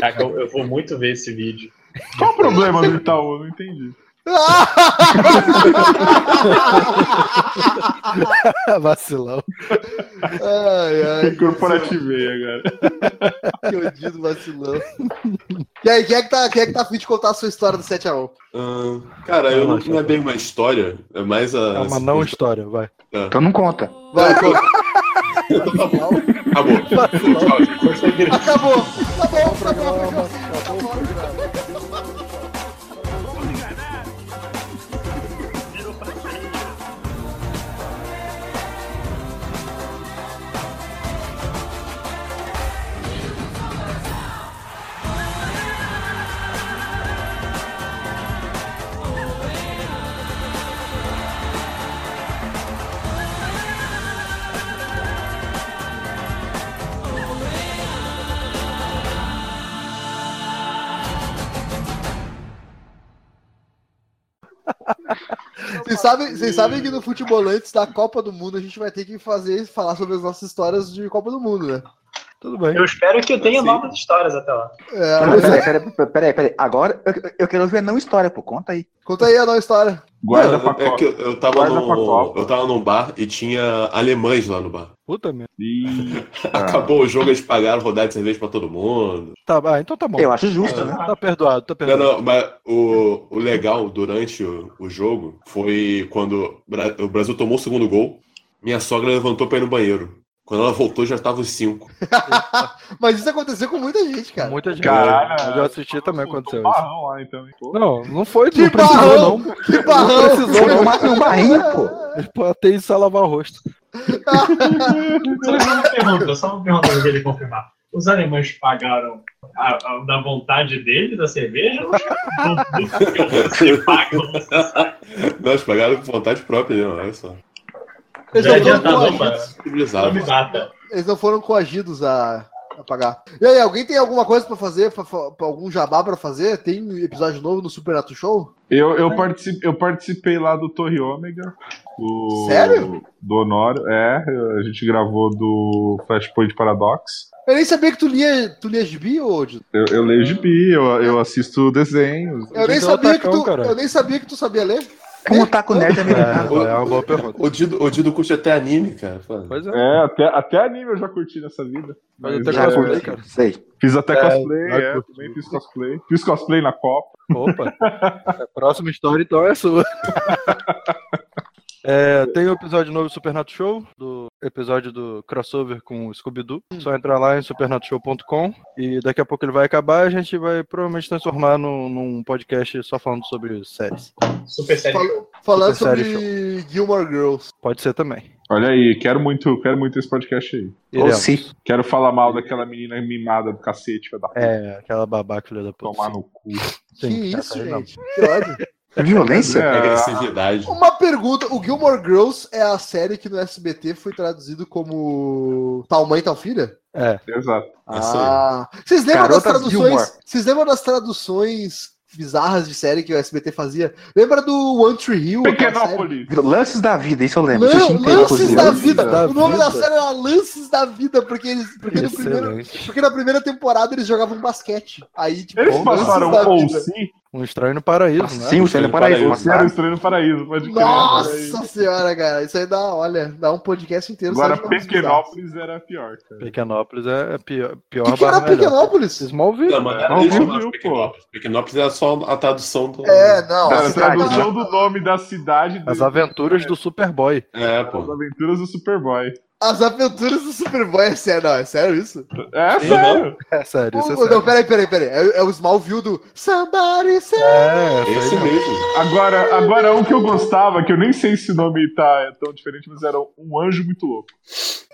Caraca, eu, eu vou muito ver esse vídeo. Qual o problema do Itaú? Não entendi. *laughs* Vacilão. *laughs* Ai, ai, Corporativei agora. que odido vacilão. E aí, quem é que tá, quem é que tá afim de contar a um? sua história do 7x1? Ah, cara, eu não, não é bem uma história, é mais a. É uma não história, vai. Então não conta. Vai, conta. Acabou. Tchau, gente. Acabou. Acabou, acabou, acabou. acabou. Fomos enganados, Vocês sabem, vocês sabem que no futebol antes da Copa do Mundo a gente vai ter que fazer falar sobre as nossas histórias de Copa do Mundo, né? Tudo bem. Eu espero que eu tenha novas histórias até lá. É, *laughs* Peraí, peraí, peraí, peraí, peraí. Agora eu, eu quero ver a não história, pô. Conta aí. conta aí a nossa história. Guarda Não, pra é Copa. que eu, eu tava Guarda pra no, Copa. eu tava num bar e tinha alemães lá no bar. Puta merda. Ih, Acabou o jogo, eles pagaram rodada de cerveja pra todo mundo. Tá, ah, então tá bom. Eu acho justo, né? Tá perdoado, tá Não, perdoado. não, mas o, o legal durante o, o jogo foi quando o Bra- o Brasil tomou o segundo gol, minha sogra levantou pra ir no banheiro. Quando ela voltou, já tava os cinco. Mas isso aconteceu com muita gente, cara. Muita gente. Caralho. Onde eu assisti também aconteceu Tô isso. barrão lá, então, hein? Pô. Não, não foi, Que não precisou barrão! não. Que barrão! Não Foi no máximo um barrinho, pô. Botei isso a lavar o rosto. Só uma pergunta, só uma pergunta pra ele confirmar. Os alemães pagaram a, a- da vontade deles a cerveja? ou do- do que Você paga, Nós pagaram com vontade própria, né? Olha só. Eles já não foram adiantador, coagidos, É. mano. Não Civilizado. me mata. eles não foram coagidos a, a pagar. E aí, alguém tem alguma coisa pra fazer? Pra, pra- pra algum jabá pra fazer? Tem episódio novo no Super Nato Show? Eu, eu, partici- eu participei lá do Torre Ômega. do- Sério? Do Honório. É, a gente gravou do Flashpoint Paradox. Eu nem sabia que tu lia, tu lia gibi, ô Dito. Eu, eu leio gibi, eu, eu assisto desenhos. Eu nem Dito é sabia que otacão, tu. cara. Eu nem sabia que tu sabia ler. Como um taco nerd americano. É, é uma boa pergunta. O Dido, o Dido curte até anime, cara. Fala. Pois é. É, até, até anime eu já curti nessa vida. Mas Mas até já cosplay, curti. cara. Sei. Fiz até É, cosplay, já é, curti. também fiz cosplay. Fiz cosplay na Copa. Opa. A próxima história então é sua. *laughs* É, tem o episódio novo do Supernato Show, do episódio do crossover com o Scooby-Doo. Só entrar lá em supernatoshow.com e daqui a pouco ele vai acabar. A gente vai provavelmente transformar num, num podcast só falando sobre séries. Super sério. Fal- falando Super sobre sério, Gilmore Girls. Pode ser também. Olha aí, quero muito, quero muito esse podcast aí. Ou Iremos. sim. Quero falar mal daquela menina mimada do cacete, vai dar pra É, aquela babaca filha da puta. tomar no cu. Sim, que essa isso, aí não. gente? Que *laughs* ódio. Violência? É, Agressividade. Uma pergunta: o Gilmore Girls é a série que no SBT foi traduzido como Tal Mãe, Tal Filha? É, Exato. Essa aí. Ah, vocês lembram das Garotas Gilmore. traduções? Vocês lembram das traduções bizarras de série que o SBT fazia? Lembra do One Tree Hill? aquela série? Pequenópolis. Lances da vida, isso eu lembro. Lan- Assisti inteiro, Lances inclusive. da Lances vida. da o nome Vida. é, né? da série era Lances da Vida, porque eles, porque no primeiro, excelente. porque na primeira temporada eles jogavam basquete. Aí tipo, Eles Lances passaram da ou Vida. sim, Um estranho no paraíso, né? Sim, o Célio Paraíso. Paraíso. era o mas- Estranho no Paraíso, pode crer. Paraíso. Nossa senhora, cara, isso aí dá, olha, dá um podcast inteiro. Agora, só de nomes Pequenópolis era pior, cara. Pequenópolis é é pior. bizarros. pior O que, que era barra melhor. Pequenópolis? Smallville. Não, mas era Não, isso, viu, não, viu, Pequenópolis. Pequenópolis era só a tradução do. É, não. Cara, a a cidade, tradução do nome da cidade As do- aventuras do Superboy. É, As pô. aventuras do Superboy. As aventuras do Superboy é sério, não, é sério isso? É Sim, sério. É sério, isso é Ô, sério. não, peraí, peraí, peraí. É, é o Smallville do Somebody say... É, isso Esse aí mesmo. Agora, agora um que eu gostava, que eu nem sei se o nome tá é tão diferente, mas era um anjo muito louco.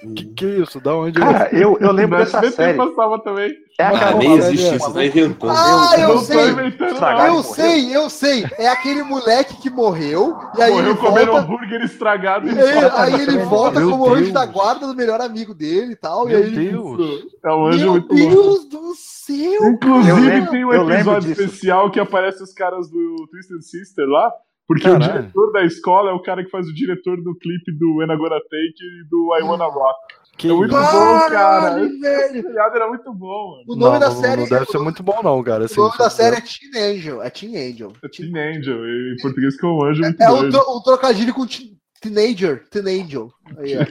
não. que, que isso? Da onde Cara, eu, eu lembro No dessa SBT série. passava também. É Ah, aquela nem novela existe de- isso, tá inventando. Ah, eu não tô sei. inventando, Estragaram. não. Eu morreu? sei, eu sei. É aquele moleque que morreu e aí Morreu ele comendo volta. hambúrguer estragado e É, aí ele volta um Meu como anjo Deus. da guarda do melhor amigo dele e tal. e Meu aí, Deus. É um anjo Meu muito louco. Deus do céu! Inclusive, Eu lembro- tem um eu lembro episódio disso. especial que aparece os caras do Twisted Sister lá, porque o Caralho. diretor da escola é o cara que faz o diretor do clipe do Enagora Take e do I Wanna Rock. Que É muito isso? bom, cara. Caralho, velho. Esse seriado era muito bom, mano. O nome Não, da não- série. é Não deve ser o muito bom, não, cara. assim, nome só- da série é Teen Angel. É Teen Angel. É Teen Angel, em português que é um anjo muito É um, doido. tro- um trocadilho com teen- Teenager. Teen Angel. Aí, ó.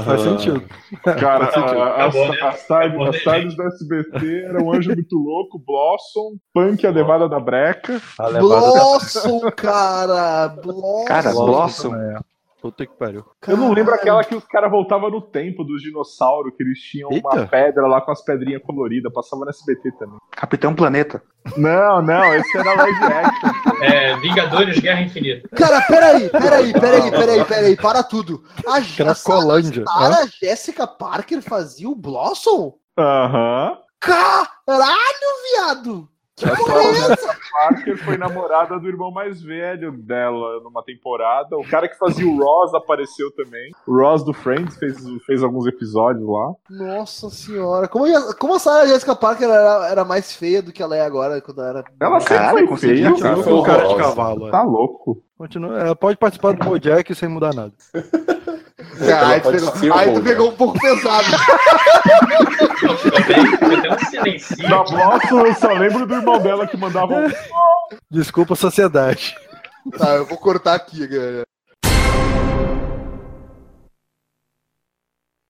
Ah, Faz sentido. É Cara, a- a- Acabou, né? as as tardes Acabou, as né, tardes do SBT era um anjo muito louco, Blossom, Punk a levada da breca. Tá A levada Blossom, cara! Blossom! Cara, Blossom. Blossom. da... Puta que pariu. Eu não lembro aquela que os caras voltavam no tempo dos dinossauros, que eles tinham uma Eita. pedra lá com as pedrinhas coloridas, passava no SBT também. Capitão Planeta. Não, não, esse era live action. É, Vingadores Guerra Infinita. Cara, peraí, peraí, peraí, peraí, peraí, para tudo. A, a Sa- Cracolândia. hã? Sarah Jessica Parker fazia o Blossom? Aham. Caralho, viado! é Essa Parker foi namorada do irmão mais velho dela numa temporada. O cara que fazia o Ross apareceu também. O Ross do Friends fez, fez alguns episódios lá. Nossa senhora, como, a- como a Sarah Jessica Parker era, era mais feia do que ela é agora quando ela era. Ela Caralho, sempre foi conseguiu, feia, cara. cara. Foi Com cara de horrorosa. cavalo. é. Tá louco. Continua, ela pode participar do Bojack sem mudar nada. Ah, aí tu pode pegou, ser o aí tu Bojack. pegou um pouco pesado. Tem, tem um silencinho. Da Blossom, eu só lembro do irmão dela que mandava um Desculpa, sociedade. tá, eu vou cortar aqui, galera.